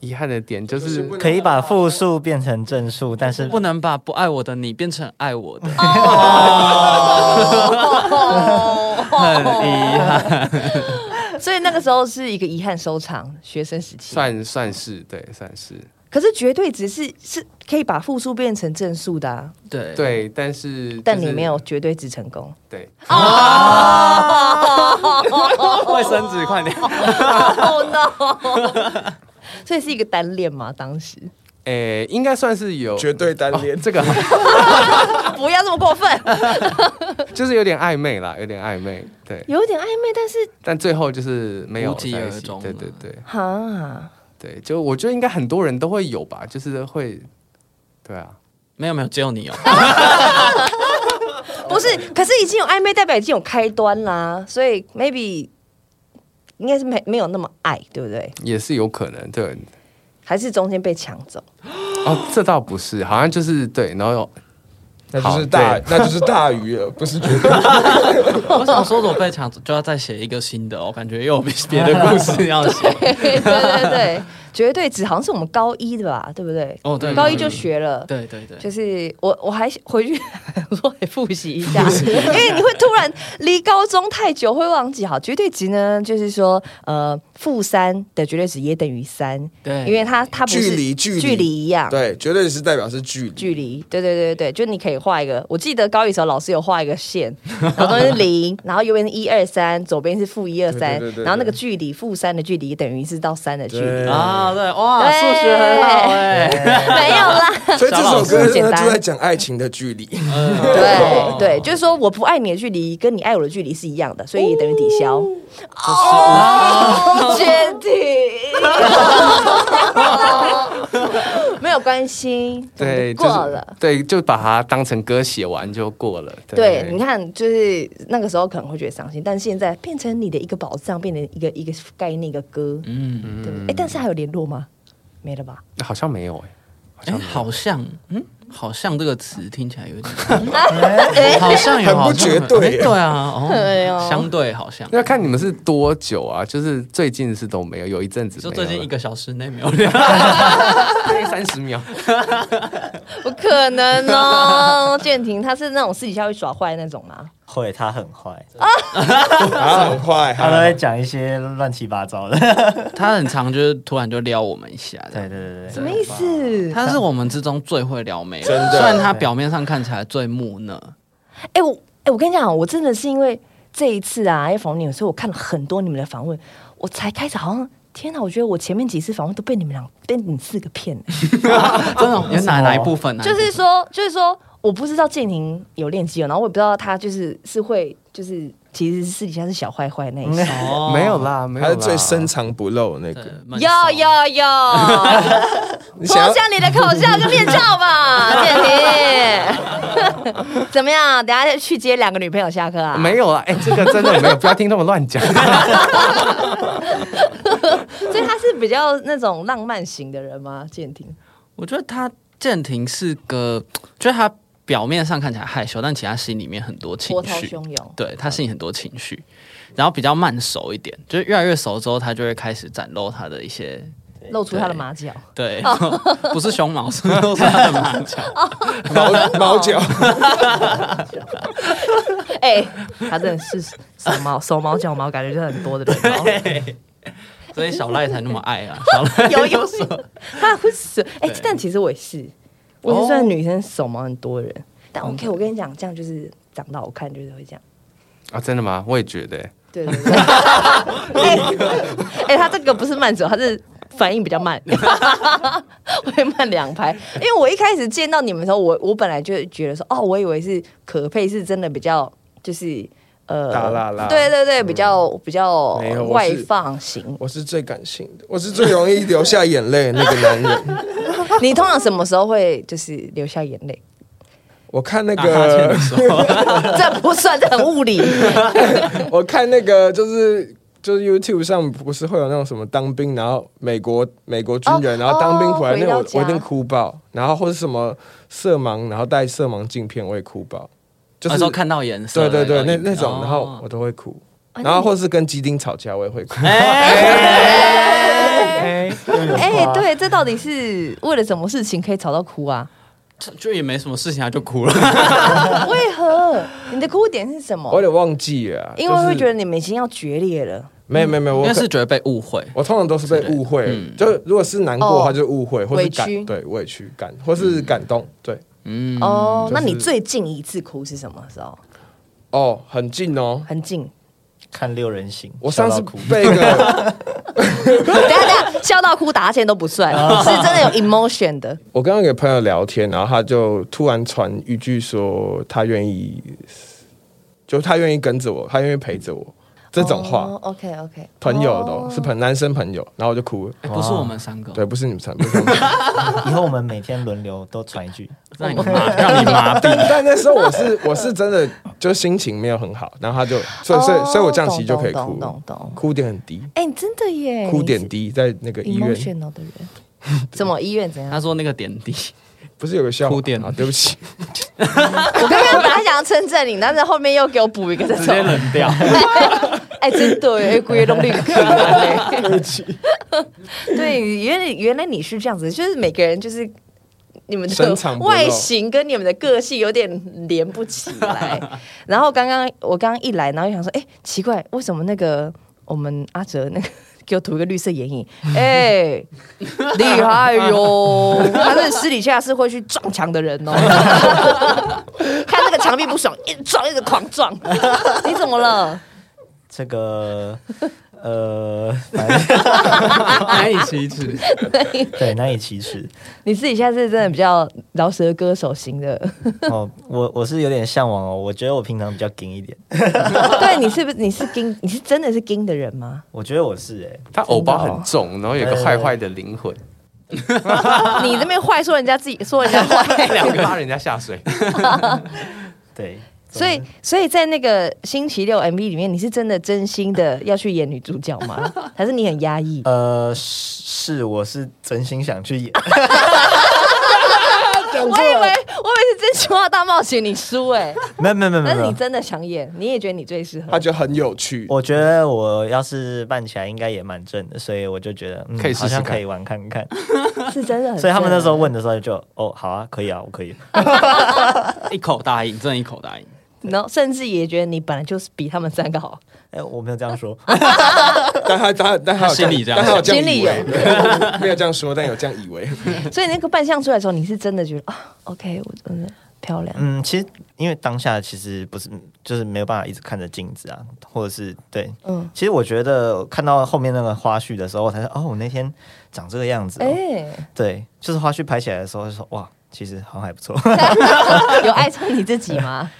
S3: 遗憾的点就是
S2: 不能
S5: 可以把复数变成正数，但是
S4: 不能把不爱我的你变成爱我的，
S1: 哦
S4: 很遗憾。
S1: (laughs) 所以那个时候是一个遗憾收场，学生时期。
S3: 算算是对，算是
S1: 可是绝对值是是可以把负数变成正数的、啊，
S4: 对，
S3: 对，但是、就是、
S1: 但你没有绝对值成功。
S3: 对，
S4: 卫生纸快点。
S1: Oh no！所以是一个单恋吗？当时
S3: 诶、应该算是有
S2: 绝对单恋
S3: 哦这个
S1: (laughs)
S3: (laughs)
S1: 不要这么过分，
S3: 就是有点暧昧啦，有点暧昧，对，
S1: 有点暧昧，但是
S3: 但最后就是没有
S4: 无疾
S3: 在一
S4: 而
S3: 起
S4: 终
S3: 对
S4: 了
S3: 对对
S1: 哈，
S3: 对，就我觉得应该很多人都会有吧，就是会，对啊。
S4: 没有没有，只有你哦有。
S1: 不
S2: 哦
S1: 是，可是已经有暧昧，代表已经有开端啦，所以 maybe 应该是没没有那么爱，对不对？
S3: 也是有可能，对，
S1: 还是中间被抢
S2: (laughs)
S1: 走？
S3: 哦，这倒不是，好像就是对，然后
S2: 那就
S3: 好
S2: 是大
S3: 对，
S2: 那就是大鱼了，不是绝对。
S4: 我想说，我被抢就要再写一个新的，哦我感觉又有别别的故事要
S1: (laughs)
S4: 写。
S1: 对对对，绝对只好像是我们高一的吧，对不对？
S4: 哦对
S1: 高一就学了。
S4: 对对对，
S1: 就是我，我还回去 (laughs) 我也复习一下，因为你会突然离高中太久会忘记。好，绝对值呢，就是说，呃，负三的绝对值也等于三，
S4: 对
S1: 因为它它不是
S2: 距离距离
S1: 距离一样，
S2: 对，绝对是代表是距离。
S1: 距离，对对对对，就你可以画一个。我记得高一的时候老师有画一个线， (laughs) 然后中间是
S2: (laughs)
S1: 零，然后右边是一二三，左边是负一二三
S2: 对对对，对
S1: 然后那个距离负三的距离等于是到三的距离
S2: 对。
S4: 啊，对哇，
S1: 对
S4: 数学很好哎。
S1: (laughs) 没有啦，
S2: (laughs) 所以这首歌
S1: 小
S2: 呢，
S1: 老师
S2: 就在讲爱情的距离。(laughs)
S4: 嗯
S1: 对对，就是说我不爱你的距离跟你爱我的距离是一样的，所以也等于抵消。
S2: (laughs)
S1: 哦，决定 (laughs) 没有关系，
S3: 对
S1: 过了。
S3: 就是，对，就把它当成歌写完就过了。
S1: 对，你看，就是那个时候可能会觉得伤心，但是现在变成你的一个宝藏，变成一个一个概念一个歌，
S4: 嗯，
S1: 对不对？哎，但是还有联络吗？没了吧？
S3: 好像没有哎、
S4: 哎，好像，嗯，好像这个词听起来有点，
S1: 哎
S4: 好像有，
S2: 很不
S4: 好像
S2: 绝
S4: 有
S2: 对
S4: 哎对啊，
S1: 哎呦
S4: 哦，相对好像。
S3: 要看你们是多久啊？就是最近是都没有，有一阵子
S4: 就
S3: 没
S4: 最
S3: 有
S4: 近一
S3: 了
S4: 个小时内没有聊，
S3: 三十秒，
S1: 不可能哦！建廷他是那种私底下会耍坏那种吗？
S5: 会，他很坏，
S1: 啊
S2: 他很坏，
S5: 他都
S2: 哈
S5: 会讲一些乱七八糟的。
S4: 他很常就是突然就撩我们一下，
S5: (laughs) 对对对对
S1: 什
S5: 对，
S1: 么意思？
S4: 他是我们之中最会撩妹，
S2: 真的
S4: 虽然他表面上看起来最木讷，
S1: 哎、我哎、我跟你讲，我真的是因为这一次啊要访问你们，所以我看了很多你们的访问，我才开始好像天哪，我觉得我前面几次访问都被你们俩被你们四个骗了。
S4: 真的有哪哪一部分呢？
S1: 就是说，就是说，我不知道建宁有练肌肉，然后我也不知道他就是是会就是其实私底下是小坏坏
S4: (laughs)
S1: 那一型。
S4: 哦
S3: (laughs) 没有啦，没有
S2: 他
S3: 啦，
S2: 是最深藏不露的那
S4: 对
S2: 个。
S4: 闷
S1: 有
S4: 骚
S1: 有
S4: (laughs)
S1: 有，
S2: 你
S1: 脱
S2: 想要
S1: 下你的口罩跟面罩
S4: (laughs)
S1: 吧，建宁。怎么样？等下去接两个女朋友下课啊？
S3: 没有啦，哎、这个真的没有，不要听他们乱讲。
S1: 所以他是比较那种浪漫型的人吗？建廷，
S4: 我觉得他建廷是个，就是他表面上看起来害羞，但其实他心里面很多情
S1: 波涛
S4: 绪
S1: 汹，涌。
S4: 对他心里很多情绪，然后比较慢熟一点，就是越来越熟之后，他就会开始展露他的一些
S1: 露出他的马脚，
S4: 对，
S1: 哦
S4: (laughs) 不是胸毛，是露出他的马脚。
S2: 毛毛脚，
S1: 哎、他真的是手毛、手毛、脚毛，感觉就很多的人哦。
S4: 所以小赖才那么爱啊，小赖
S1: (laughs) 有有有，他会死。哎、
S4: 对
S1: 但其实我也是，我是算女生手毛很多的人，嗯但 OK，我跟你讲，这样就是长得好看，就是会这样。
S3: 啊，真的吗？我也觉得、欸
S1: 对
S2: (laughs)
S1: 对对。哎、哎他这个不是慢走，他是反应比较
S2: (laughs)
S1: 慢，我会慢两拍。因为我一开始见到你们的时候，我我本来就觉得说，哦，我以为是可佩是真的比较就是。呃
S2: 大辣辣
S1: 对对对，比较、比较
S2: 没有我
S1: 外
S2: 是
S1: 放型。
S2: 我是最感性的，我是最容易流下眼泪的那个
S1: (laughs)
S2: 男人。
S1: 你通常什么时候会就是流下眼泪？
S2: 我看那
S4: 打哈欠
S2: 个
S4: 的，时候，
S1: (laughs) 这不算，这很物
S2: (laughs)
S1: 理。
S2: 我看那个就是。就是 YouTube 上不是会有那种什么当兵，然后美国美国军人，
S1: 哦
S2: 然后当兵回来，
S1: 哦
S2: 那我
S1: 回到家
S2: 我一定哭爆。然后或者什么色盲，然后戴色盲镜片，我也哭爆。就
S4: 那
S2: 是
S4: 时啊哦候看到颜色
S2: 对
S4: 的
S2: 对
S4: 影片，
S2: 对，那那种，
S4: 哦
S2: 然后我都会哭。
S1: 哦
S2: 然后或是跟基丁吵架，我也会哭。
S5: 哎，
S1: 哎、对，这到底是为了什么事情可以吵到哭
S2: (laughs)
S1: 啊？
S4: 就就也没什么事情，他啊就哭了。
S1: 为何？你的哭点是什
S2: (laughs) 我有
S1: 么？
S2: 点忘记了啊，
S1: 因为会觉
S2: 得
S1: 得你们已经要决裂了，
S2: 没有没有没有，
S4: (laughs) 嗯因
S2: 我
S4: 为
S2: 可
S4: 是觉得被误会，
S2: 我通常都是被误会，
S4: 嗯
S2: 就如果是难过
S1: 哦
S2: 的话，就是误会，或
S1: 委
S2: 是
S1: 屈
S2: 感对委屈感，或是感动，对
S4: 嗯，
S1: 哦、
S2: 就是
S1: 那你最近一次哭是什么时候？
S2: 哦，很近哦。
S1: 很近， (laughs)
S5: 看六人行，
S2: 我上次
S5: 笑到哭
S2: 被一
S4: (laughs)
S2: 个，
S1: 等一下等一下，笑到哭打钱都不算，(laughs)
S2: 啊
S1: 是真的有 emotion 的。
S2: 我刚刚给朋友聊天，然后他就突然传一句说他愿意，就他愿意跟着我，他愿意陪着我 (laughs) 这种话，
S1: o k OK，
S2: 朋友的、哦是朋男生朋友，然后我就哭了。
S4: 哎不是我们三个，
S2: 对，不是你们三，不是你们三
S5: 以后我们每天轮流都传一句，
S4: 让你
S2: (laughs)
S4: 麻，让你麻
S2: 啊但
S4: 痹。
S2: 但那时候我是我是真的就心情没有很好，然后他就，所以所以所以我这样其实就可
S1: 哦
S2: 以
S1: 懂
S2: 哭
S1: 懂懂懂，
S2: 哭点很低。
S1: 哎、你真的耶，
S2: 哭点低，在那个医
S1: 你是
S2: 院，
S1: emotional 的人， (laughs) 怎么医院怎样
S4: 他？说那个点
S2: (laughs)
S4: 滴，
S2: 不是有个笑话
S4: 哭点
S2: 啊？对不起，
S1: 我刚刚本来想要称赞你，但是后面又给我补一个这
S4: 直
S1: 种
S4: 接，冷 (laughs) 掉。
S1: (laughs) 哎，真的耶，鬼都绿壳嘞。对，原来原来你是这样子，就是每个人就是你们
S2: 深
S1: 的
S2: 藏不露
S1: 外形跟你们的个性有点连不起
S2: (laughs)
S1: 来。然后刚刚我刚刚一来，然后就想说，哎，奇怪，为什么那个我们阿哲那个给我涂一个绿色眼
S2: (laughs)
S1: 影？哎，厉害
S2: (laughs)
S1: 哟！他是私底下是会去撞墙的人哦，看那个墙壁不爽，一直撞一直狂撞。你怎么了？
S5: 这个呃，反 (laughs) 正
S4: 难以
S2: (laughs)
S4: 启齿，
S5: 对难以启齿。
S1: 你自己现在是真的比较饶舌歌手型的， (laughs)
S5: (laughs) 哦，我我是有点向往哦，我觉得我平常比较硬一点，
S1: 对，你是不是你是金，你是真的是金的人吗？
S5: 我觉得我是哎、
S3: 他偶包
S1: 哦
S3: 很重，然后有一个坏坏的灵魂，
S1: (laughs) 你这边坏说人家自己说人家坏，
S3: 两个拉人家下水。
S5: 对，
S1: (laughs) 所以所以在那个星期六 MV 里面，你是真的真心的要去演女主角 (laughs) 吗？还是你很压抑？
S5: 呃是是我是真心想去
S1: (laughs)
S5: 演，(laughs)
S1: 我以为我以为是真心话大冒险你输哎、
S5: 没有没有没有
S1: (laughs)
S5: 没
S1: 但是
S5: 有
S1: 你，真的想演，你也觉得你最适合
S2: 他。
S5: 啊
S2: 觉得很有趣。
S5: 我觉得我要是办起来应该也蛮正的，所以我就觉得、嗯、
S3: 可以试试
S5: 好像
S3: 看
S5: 可以玩看
S1: (laughs)
S5: 看。
S1: 是真的很正啊，
S5: 所以他们那时候问的时候就哦好啊可以啊我可以， (laughs)
S4: 一口答应，真的一口答应。
S1: 然后甚至也觉得你本来就是比他们三个好，
S5: 哎，我没有这样说，
S2: 但他但他但他有
S4: 心里这样
S2: 但他有这样
S1: 心里
S2: 以
S1: 有
S2: 为，没有这样说，但有这样以
S4: (laughs)
S2: 为。
S1: 所以那个扮相出来的时候，你是真的觉得啊，OK，我真的漂亮。
S5: 嗯，其实因为当下其实不是，就是没有办法一直看着镜子啊，或者是对，
S1: 嗯
S5: 嗯，其实我觉得看到后面那个花絮的时候，我才说哦，我那天长这个样子、哦，
S1: 哎、
S5: 对，就是花絮拍起来的时候就说哇，其实好像还不错。 (laughs)
S1: (laughs) 有爱上你自己吗？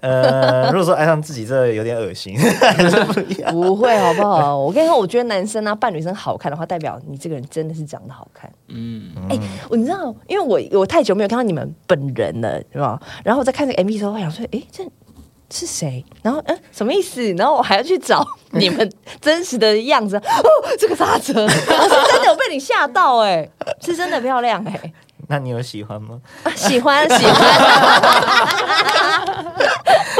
S5: 呃，如果说爱上自己，这有点恶心， (laughs) 还是不一样。
S1: 不会，好不好？我跟你说，我觉得男生啊扮女生好看的话，代表你这个人真的是长得好看。
S4: 嗯，
S1: 哎、我你知道，因为我我太久没有看到你们本人了，是吧？然后我在看这个 MV 的时候，我想说，哎、这是谁？然后嗯，什么意思？然后我还要去找你们真实的样子。哦，这个刹车，我是真的有被你吓到、哎，是真的漂亮、哎。
S5: 那你有喜欢吗？
S1: 啊喜欢喜欢，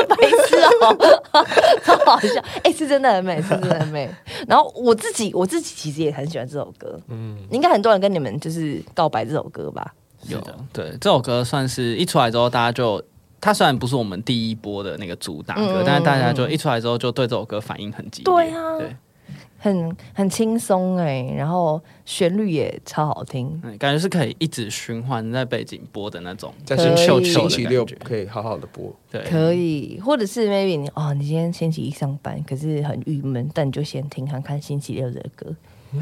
S1: 白痴哦，超好笑！哎、是真的很美，是真的很美。然后我自己，我自己其实也很喜欢这首歌，嗯，应该很多人跟你们就是告白这首歌吧？
S4: 有对这首歌算是一出来之后，大家就它虽然不是我们第一波的那个主打歌，
S1: 嗯
S4: 但是大家就一出来之后就对这首歌反应很激烈。
S1: 对啊
S4: 对，
S1: 很很轻松哎，然后旋律也超好听，
S4: 嗯，感觉是可以一直循环在背景播的那种，
S2: 但
S1: 可
S2: 是
S1: 以
S2: 秀
S1: 秀
S2: 星
S4: 的
S2: 期
S4: 感
S2: 六
S4: 觉
S2: 可以好好的播，
S4: 对，
S1: 可以，或者是 maybe 你哦，你今天星期一上班，可是很郁闷，但你就先听看看星期六的歌，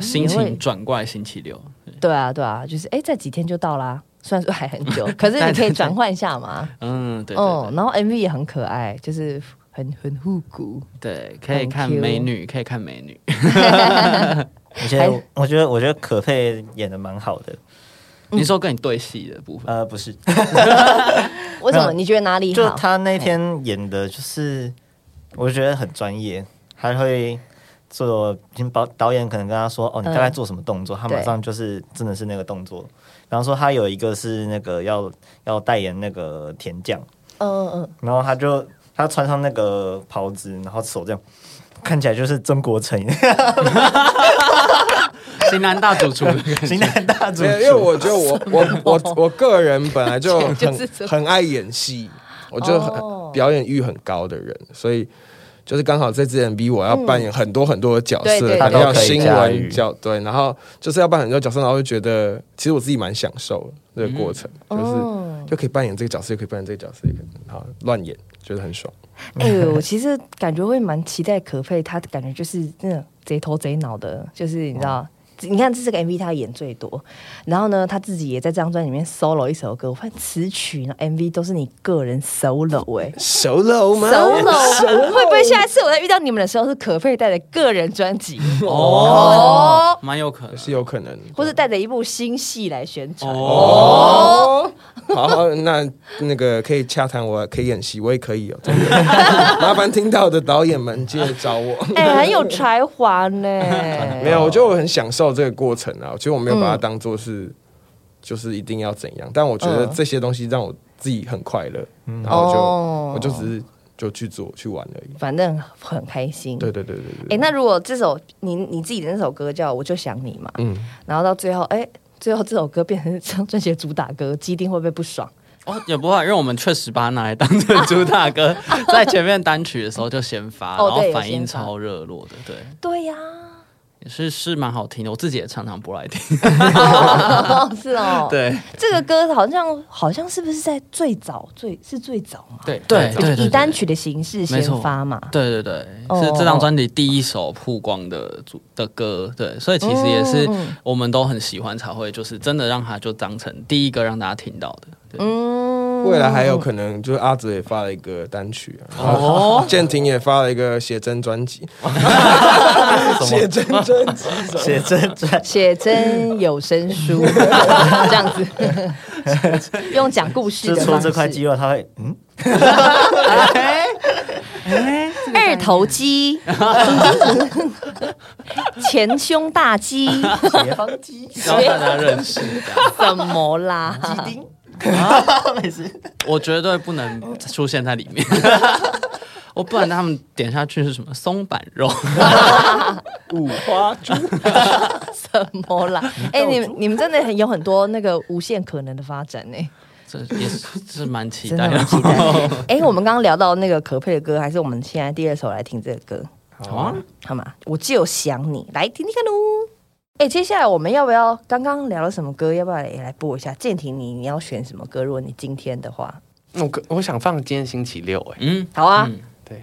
S4: 心
S1: 也会
S4: 情转过来星期六。
S1: 对啊，对啊，就是哎，这几天就到啦，虽然说还很 (laughs) 久，可是你可以转换一下嘛。
S4: 嗯，对对
S1: 嗯，
S4: 对
S1: 然后 MV 也很可爱，就是很很复古。
S4: 对，可以
S1: 很
S4: 看
S1: Q
S4: 美女，可以看美女。
S5: 我觉得，我觉得，我觉得可佩演的蛮好的。
S1: 嗯
S4: 你说跟你对戏的部分，
S5: 呃，不是，
S1: 为什么？
S5: 那
S1: 你觉得哪里
S5: 就
S1: 好？
S5: 他那天演的，就是我觉得很专业，还会做导导演可能跟他说，哦，你大概做什么动作，他马上就是真的是那个动作。比方说，他有一个是那个要要代言那个甜酱，
S1: 嗯嗯
S5: 然后他就他穿上那个袍子，然后手这样。看起来就是曾国成，
S4: 型男大主厨的感
S5: (laughs)
S4: 觉
S5: 型男大主
S2: 因为因为
S5: 厨
S2: 我觉
S1: (laughs)
S2: 得我我我我个人本来就
S1: 就
S2: 很
S1: 是这
S2: 很爱演戏，我就很
S1: 哦
S2: 表演欲很高的人，所以。就是刚好这支 MV，我要扮演很多很多的角
S1: 嗯对
S2: 色，
S1: 对
S2: 可能
S5: 对
S2: 要
S5: 他都可以
S2: 新
S5: 驾
S2: 闻
S5: 驭
S2: 角对，然后就是要扮很多角色，然后就觉得其实我自己蛮享受这个过程，
S1: 嗯，
S2: 就是
S1: 哦。
S2: 就可以扮演这个角色，又可以扮演这个角色，也可以好乱演，觉得很爽。
S1: 哎、我其实感觉会蛮期待可佩，他感觉就是那种贼头贼脑的，就是你知
S4: 哦
S1: 道。你看，这是个 MV，他演最多。然后呢，他自己也在这张专辑里面 solo 一首歌。我发现词曲呢、MV 都是你个人 solo 哎、
S2: 熟了吗？
S1: solo 会不会下一次我在遇到你们的时候是可佩带的个人专辑？
S4: 哦，蛮有可能。
S2: 是有可能，
S1: 或是带着一部新戏来宣传。
S4: 哦
S2: 哦，好，那那个可以洽谈，我可以演戏，我也可以哦。真的 (laughs) 麻烦听到的导演们记得找我。
S1: 哎、很有才华呢。
S4: (laughs)
S2: 没有，我觉得我很享受这个过程啊。其实我没有把它当做是，就是一定要怎样，但我觉得
S1: 嗯
S2: 这些东西让我自己很快乐，然后我就
S1: 哦
S2: 我就只是就去做去玩而已。
S1: 反正很开心。
S2: 对对对对
S1: 哎、
S2: 对，
S1: 那如果这首你你自己的那首歌叫《我就想你》嘛，
S2: 嗯，
S1: 然后到最后，哎、最后这首歌变成这张专辑的主打歌，基定会不会不爽？
S4: 哦，也不会，因为我们确实把它拿来当成主打歌，
S1: (laughs)
S4: 在前面单曲的时候就先发，
S1: 哦
S4: 然
S1: 对
S4: 后反
S1: 有先
S4: 应
S1: 发
S4: 超热络的，对，
S1: 对呀、
S4: 也是是蛮好听的，我自己也常常播来听。
S1: 是
S2: (laughs)
S1: 哦。， (laughs)
S4: 对
S1: 这个歌好像好像是不是在最早最是最早嘛？
S3: 对
S4: 对对
S1: 以单曲的形式先
S4: 没错
S1: 发嘛。
S4: 对对对，
S1: 哦
S4: 是这张专辑第一首曝光的主的歌，对，所以其实也是
S1: 嗯嗯
S4: 我们都很喜欢，才会就是真的让它就当成第一个让大家听到的。对
S1: 嗯
S2: 未来还有可能就是阿哲也发了一个单曲啊，哦， (laughs) 建廷也发了一个写真专辑，写真 (laughs) 专辑，
S5: 写真传，
S1: 写真有声书 (laughs) 这样
S2: (laughs)
S1: 子， (laughs) 用讲故事
S5: 就
S1: 的
S5: 搓
S1: 方
S5: 这块肌
S1: 式。
S5: 肉，他会嗯，
S1: 二头肌，前胸大肌，
S5: (laughs) 斜方肌，
S4: 让大家认识 (laughs) 这样，
S1: 怎么啦？
S5: 丁，没事。
S4: 我绝对不能出现在里 (laughs) 面，我不然他们点下去是什么松板 (laughs) 肉，
S2: 五花猪，
S1: 怎么啦？哎、你们你们真的很有很多那个无限可能的发展呢、
S4: 这也是这是蛮期
S1: 真的
S4: 待的
S1: 很。期
S5: (laughs)
S1: 待。哎、我们刚刚聊到那个可佩的歌，还是我们现在第二首来听这个歌，
S4: 好啊，
S1: 好吗？我就想你，来听听看喽。哎、接下来我们要不要刚刚聊了什么歌？要不要也来播一下？建廷你，你要选什么歌？如果你今天的话，
S3: (laughs) 我可我想放今天星期六哎、
S4: (laughs) 嗯，
S1: 好啊，
S4: 嗯
S3: 对，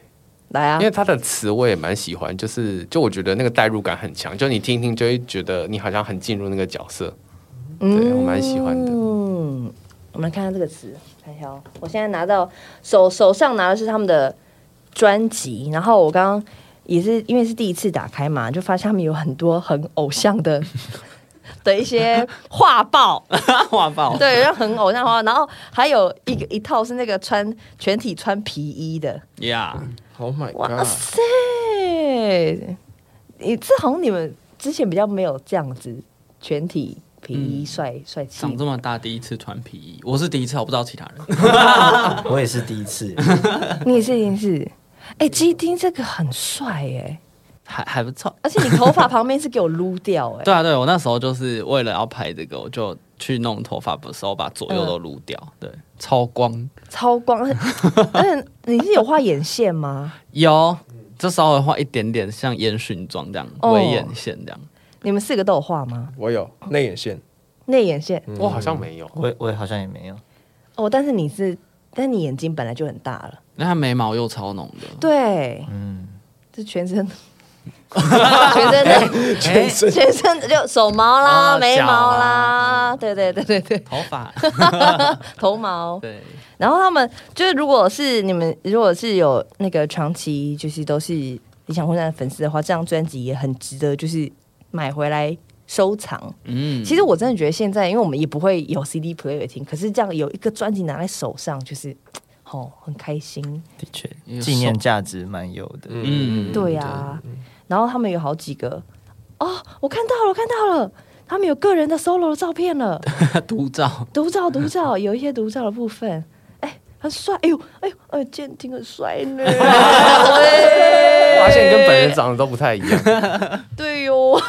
S1: 来啊
S3: 因，为它的词我也蛮喜欢，就是就我觉得那个代入感很强，就你听一听就会觉得你好像很进入那个角色。对我蛮喜欢的
S1: 嗯，我们来看看这个词，看一下哦。我现在拿到手手上拿的是他们的专辑，然后我刚刚也是因为是第一次打开嘛，就发现他们有很多很偶像
S3: (laughs)
S1: 的的一些画报，
S4: 画
S3: 哦
S4: 报，
S1: 对，然后很偶像画报，然后还有一个一套是那个穿全体穿皮衣的，
S4: 呀，
S2: ，Oh my
S1: 哇
S4: 啊
S2: god！
S1: 塞！你这好像你们之前比较没有这样子全体皮衣帅帅气
S4: 嗯长这么大第一次穿皮衣，我是第一次，我不知道其他人。
S5: 我也是第一次，
S1: 你也是，你也是。哎、基丁这个很帅哎、
S4: (laughs) 还还不错。
S1: 而且你头发旁边是给我撸掉哎、
S4: 对啊，对我那时候就是为了要拍这个，我就去弄头发的时候把左右都撸掉，对，超光。
S1: 超
S4: (laughs)
S1: 光。而且而且你是有画眼线吗？
S4: 有，就稍微画一点点像烟熏妆这样，
S1: 哦
S4: 微眼线这样。
S1: 你们四个都有画吗？
S2: 我有内眼线，
S1: 内眼线
S4: 嗯
S3: 我好像没有，
S5: (laughs)
S1: 嗯
S5: 我我好像也没有。
S1: 哦，但是你是，但你眼睛本来就很大了。
S4: 那他眉毛又超浓的，
S1: 对，
S5: 嗯，
S1: 这全身，
S2: (laughs)
S1: 全身
S4: (laughs)
S1: 的，
S2: 哎全身
S1: 全身的就手毛啦、
S4: 哦
S1: 眉毛
S4: 脚
S1: 啦，
S4: 啊
S1: 对对对对对，
S4: 头发
S1: 头毛。
S4: (laughs) 对，
S1: 然后他们就是，如果是你们如果是有那个长期就是都是理想混蛋的粉丝的话，这张专辑也很值得就是买回来收藏。
S4: 嗯，
S1: 其实我真的觉得现在，因为我们也不会有 CD player 听，可是这样有一个专辑拿在手上，就是哦很开心。
S5: 的确
S4: 因为，
S5: 纪念价值蛮有的。
S4: 嗯，嗯，
S1: 对呀、然后他们有好几个哦，我看到了，我看到了，他们有个人的 solo 的照片了。
S4: 对独照，
S1: 独照独照，有一些独照的部分，哎，很帅，哎呦，哎呦，哎，健挺很帅呢，
S3: 发
S1: 发
S3: 现跟本人长得都不太一样。
S1: (laughs) 对哟，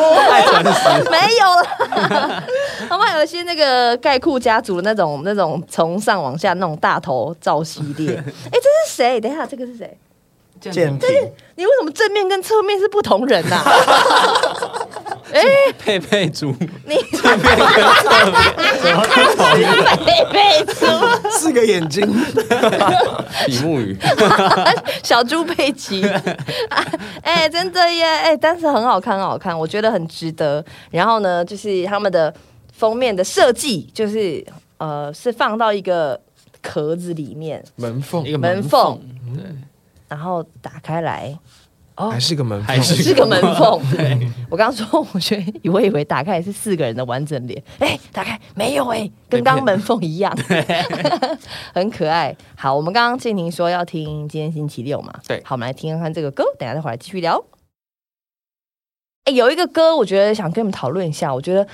S1: 没有了，他们还有一些那个盖库家族的那种那种从上往下那种大头照系列，哎，这是谁？等一下，这个是谁？
S5: 健体
S1: 你为什么正面跟侧面是不同人啊呐、
S4: 佩佩猪，
S1: 你正面跟侧面，北北猪，
S2: 四个眼睛，
S3: 比目鱼，
S1: (laughs) 小猪佩奇， (laughs) 哎、真的耶，哎、但是很好看，很好看，我觉得很值得。然后呢，就是他们的封面的设计，就是呃，是放到一个壳子里面，
S2: 门缝
S4: 一个
S1: 门
S4: 门
S1: 缝
S4: 缝，对，
S1: 然后打开来，哦
S2: 还 (laughs) 是个门缝
S4: 哦还，是
S1: 是个门缝。我刚刚说，我觉得我以为打开也是四个人的完整脸，哎、打开没有哎、跟刚刚门缝一样， (laughs) 很可爱。好，我们刚刚静婷说要听今天星期六嘛，
S3: 对
S1: 好，我们来听看看这个歌，等一下再回来继续聊。哎、有一个歌，我觉得想跟你们讨论一下，我觉得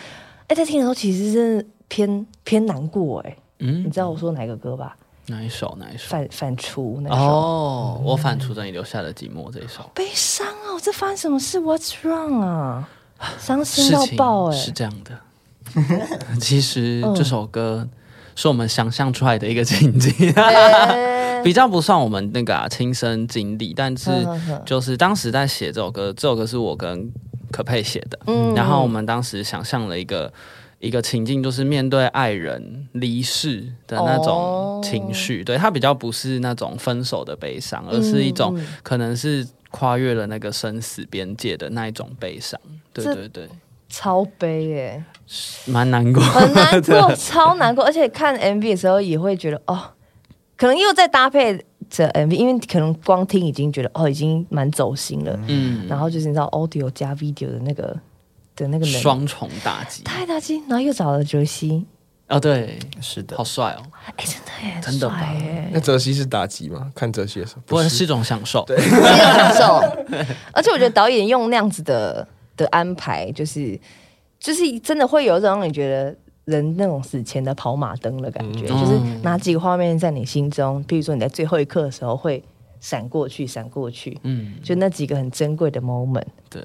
S1: 哎、在听的时候其实真的偏偏难过哎、你
S4: (laughs) 嗯，
S1: 知道我说哪个歌吧？
S4: 哪一首？哪一首？
S1: 反反刍那首。
S4: 哦，我反刍着你留下的寂寞这一首，
S1: 悲伤哦，这发生什么事？What's wrong 啊？伤心
S4: 事
S1: 到爆嗯
S4: 情
S1: 哎、
S4: 是这样的。其实这首歌是我们想象出来的一个情景，
S1: 哎
S4: (laughs) 比较不算我们那个啊亲身经历，但是
S1: 呵呵
S4: (laughs)
S1: 呵
S4: 就是当时在写这首歌，这首歌是我跟可佩写的，
S1: 嗯
S4: 然后我们当时想象了一个一个情境，就是面对爱人离世的那
S1: 哦
S4: 种情绪，对它比较不是那种分手的悲伤，而是一种
S1: 嗯嗯
S4: 可能是跨越了那个生死边界的那一种悲伤，对
S1: 这
S4: 对对，
S1: 超悲哎、
S4: 蛮
S1: (laughs)
S4: 难过，
S1: 很难过，超难过，而且看 MV 的时候也会觉得哦，可能又在搭配着 MV，因为可能光听已经觉得哦，已经蛮走心了，
S4: 嗯，
S1: 然后就是你知道 audio 加 video 的那个的那个能力
S4: 双重打击，
S1: 太大惊，然后又找了杰西，
S4: 哦对，
S5: 是的
S4: 好，帅哦，
S1: 哎、真的耶，
S4: 真的吧
S1: 帅耶
S2: 那泽西是打击吗？看泽西的时候，
S4: 不过是一种享受，对， (laughs)
S1: 是一种享受。而且我觉得导演用那样子的的安排，就是就是真的会有一种让你觉得人那种死前的跑马灯的感觉，
S4: 嗯
S1: 就是哪几个画面在你心中，比如说你在最后一刻的时候会闪过去，闪过去，
S4: 嗯，
S1: 就那几个很珍贵的 moment。
S4: 对。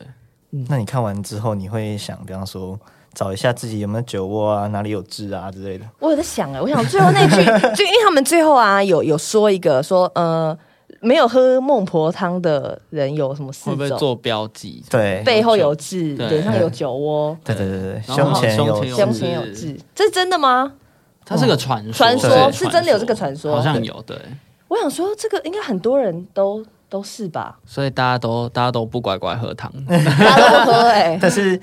S5: 那你看完之后，你会想，比方说找一下自己有没有酒窝啊，哪里有痣啊之类的。
S1: 我有在想哎、我想最后
S4: (laughs)
S1: 那句，就因为他们最后啊有有说一个说呃没有喝孟婆汤的人有什么四
S4: 会不会
S1: 种，
S4: 做标记？
S5: 对，
S1: 背后有痣，
S4: 对
S1: 脸上有酒窝，
S5: 对对对对，
S4: 然后
S5: 胸前有
S4: 胸前
S5: 痣
S4: 有
S1: 胸前有痣，这是真的吗？
S4: 它是个传说，
S1: 传说
S4: 对
S1: 是真的有这个传说
S4: 好像有对，
S1: 我想说这个应该很多人都都是吧， (laughs)
S4: 所以大家都大家都不乖乖喝汤，
S1: 大家都喝 (laughs) 哎、
S5: 但是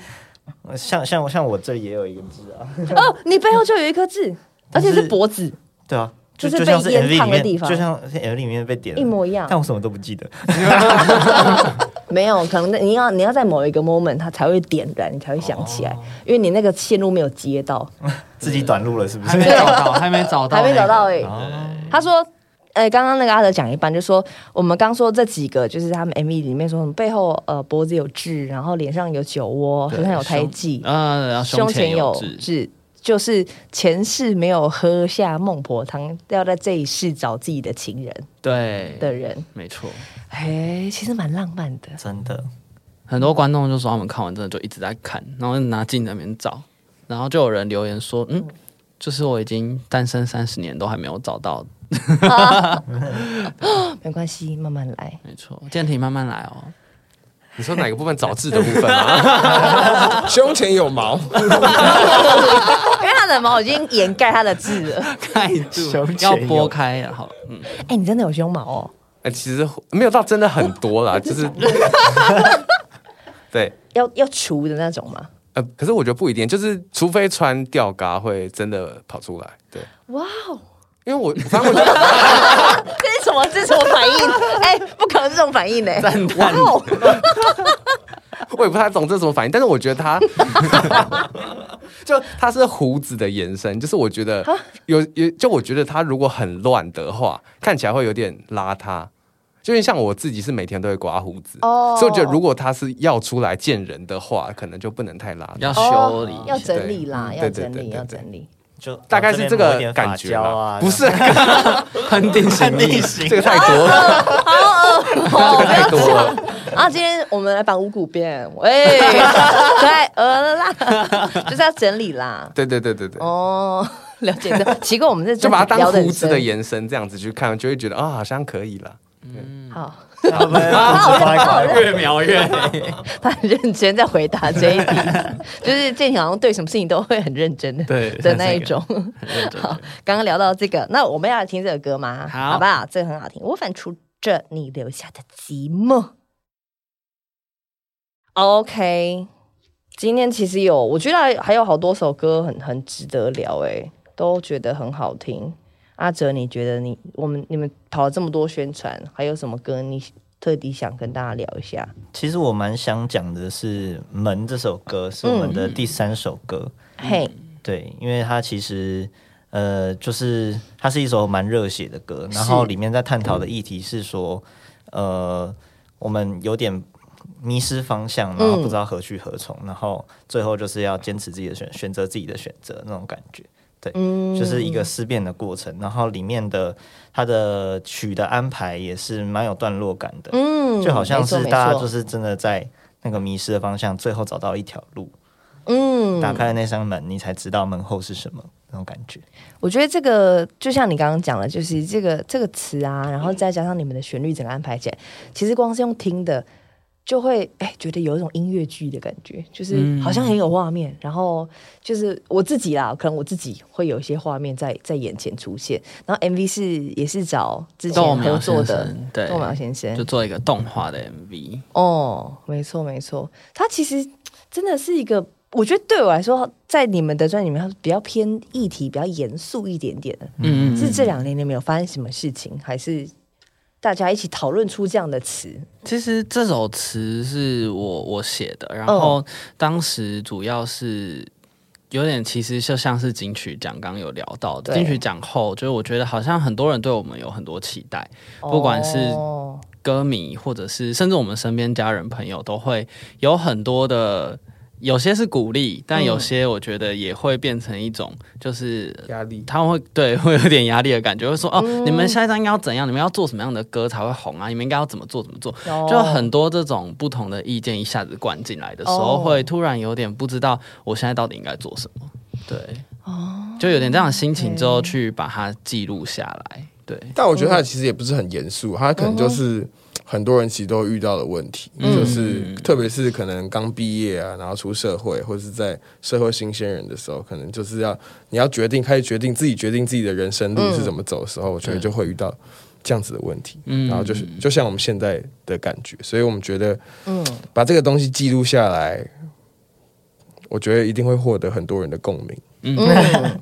S5: 呃像像我像我这里也有一个痣啊，
S1: 哦，你背后就有一颗痣，而
S5: 但是
S1: 且是脖子
S5: 对啊，
S1: 就是
S5: 就像
S1: 被
S5: 是
S1: 烟
S5: MV
S1: 烫的
S5: 里
S1: 地
S5: 面，
S1: 方
S5: 就像是 MV 里面被点的
S1: 一模一样
S5: 但。我什么都不记得。
S1: 没有，可能你要你要在某一个 moment 它才会点燃，你才会想起来，因为你那个线路没有接到，
S5: 自己短路了是不
S4: (laughs) 还
S5: 是
S4: 没？找到，还没找
S1: (laughs)
S4: 到，
S1: 还没找到哎、
S5: 哦
S1: 他说，呃，刚刚那个阿德讲一半，就说我们刚说这几个，就是他们 MV 里面说什么背后呃脖子有痣，然后脸上有酒窝，身上有胎记，
S4: 啊，然后
S1: 胸
S4: 前
S1: 前有
S4: 痣，
S1: 痣。就是前世没有喝下孟婆汤，要在这一世找自己的情人
S4: 对
S1: 的，人，
S4: 没错。
S1: 哎、其实蛮浪漫的。
S5: 真的，
S4: 很多观众就说他们看完真的就一直在看，然后就拿镜子在那边照，然后就有人留言说，嗯，就是我已经单身三十年都还没有找到，
S1: 没关系，慢慢来。
S4: 没错，健体慢慢来哦。
S3: 你说哪个部分找痣的部分啊吗？
S2: 胸前有毛，
S1: (laughs) 因为他的毛已经掩盖他的痣了。
S4: 态度
S5: 胸前
S4: (laughs) 要
S5: 有
S4: 拨开，然后嗯，
S1: 哎、你真的有胸毛哦，
S3: (laughs) 哎其实没有到真的很
S1: (laughs)
S3: 多啦，就是 (laughs) 对。
S1: 要要除的那种吗？
S3: 呃，可是我觉得不一定，就是除非穿吊嘎会真的跑出来，对，
S1: 哇哦！
S3: 因为我反正我觉得
S1: (laughs) 这是什么？这是什么反应？哎、不可能这种反应呢、哇哦！
S3: (laughs) 我也不太懂这是什么反应，但是我觉得他 (laughs) 就他是胡子的延伸，就是我觉得有有，就我觉得他如果很乱的话，看起来会有点邋遢。就因为像我自己是每天都会刮胡子
S1: 哦
S3: 所以我觉得如果他是要出来见人的话，可能就不能太邋遢。
S4: 要修理一
S1: 哦
S4: 下，
S1: 要整理啦，
S3: 对嗯
S1: 要
S3: 对对
S1: 整理，
S3: 对对
S1: 要整 (laughs) 理。
S5: 就啊
S3: 大概是这
S5: 往边抹一
S3: 个
S5: 点
S3: 感
S5: 发
S3: 觉
S5: 胶
S3: 啦
S5: 啊，
S3: 不是
S4: (laughs) 很定型，
S5: 逆 (laughs) 行
S3: 这个太多了，
S1: 哦，
S3: (laughs) 这
S1: 不
S3: 个太
S1: 要这
S3: 多了
S1: 样。。然啊后今天我们来绑五谷辫，喂， (laughs) 太呃
S3: (laughs)
S1: 啦，就是要整理啦。
S3: 对对对对对，
S1: 哦，了解的。奇怪，我们这
S3: 就把它
S1: 聊
S3: 当
S1: 得很
S3: 胡子的
S1: 深
S3: 延伸这样子去看，就会觉得啊、好像可以了。
S1: 好，
S5: 然后呢就是乖乖
S4: 越描越
S1: 他很认真在回答这一
S4: (laughs)
S1: 题，就是建好像对什么事情都会很认真的，
S4: 对
S1: 的那一种。
S4: 认真
S1: 好，刚刚聊到这个，那我们要来听这首歌吗？
S4: 好
S1: 不好？这个很好听，我反刍着你留下的寂寞。OK，今天其实有，我觉得还有好多首歌很很值得聊、诶，都觉得很好听。阿哲，你觉得你我们你们跑了这么多宣传，还有什么歌你特地想跟大家聊一下？
S5: 其实我蛮想讲的是《门》这首歌是我们
S1: 嗯
S5: 的第三首歌，
S1: 嘿、
S5: 对，因为它其实呃，就是它是一首蛮热血的歌，然后里面在探讨的议题是说，呃，我们有点迷失方向，然后不知道何去何从，然后最后就是要坚持自己的选，选择自己的选择那种感觉。对，就是一个思辨的过程，然后里面的它的曲的安排也是蛮有段落感的，
S1: 嗯
S5: 就好像是大家就是是真的在那个迷失的方向，最后找到一条路，
S1: 嗯
S5: 打开了那扇门，你才知道门后是什么那种感觉。
S1: 我觉得这个就像你刚刚讲的，就是这个这个词啊，然后再加上你们的旋律整个安排起来，其实光是用听的就会哎觉得有一种音乐剧的感觉，就是好像很有画
S5: 嗯
S1: 面。然后就是我自己啦，可能我自己会有一些画面在在眼前出现。然后 MV 是也是找之
S4: (laughs) 豆
S1: 前合
S4: 苗
S1: 作
S4: 先
S1: 的
S4: 生，对，
S1: 豆苗先生
S4: 就，做一个动画的 MV，
S1: 哦，没错没错，它其实真的是一个，我觉得对我来说，在你们的专辑里面，它是比较偏议题比较严肃一点点的。
S4: 嗯
S1: 是这两年你们有发生什么事情，还是大家一起讨论出这样的词？
S4: 其实这首词是我我写的，然后当时主要是有点，其实就像是金曲奖刚刚有聊到的，
S1: 对
S4: 金曲奖后，就是我觉得好像很多人对我们有很多期待，不管是
S1: 哦
S4: 歌迷或者是甚至我们身边家人朋友都会有很多的有些是鼓励，但有些我觉得也会变成一种，就是
S2: 压力。
S4: 他们会对会有点压力的感觉，会说哦，你们下一张应该要怎样？你们要做什么样的歌才会红啊？你们应该要怎么做怎么做？
S1: 哦
S4: 就很多这种不同的意见一下子灌进来的时候，
S1: 哦
S4: 会突然有点不知道我现在到底应该做什么。对，哦，就有点这样的心情之后去把它记录下来。对，
S2: 但我觉得他其实也不是很严肃，他可能就是很多人其实都会遇到的问题，就是特别是可能刚毕业啊，然后出社会，或者是在社会新鲜人的时候，可能就是要你要决定开始决定自己决定自己的人生路是怎么走的时候，我觉得就会遇到这样子的问题，然后就是就像我们现在的感觉，所以我们觉得，嗯，把这个东西记录下来。我觉得一定会获得很多人的共鸣，
S1: 嗯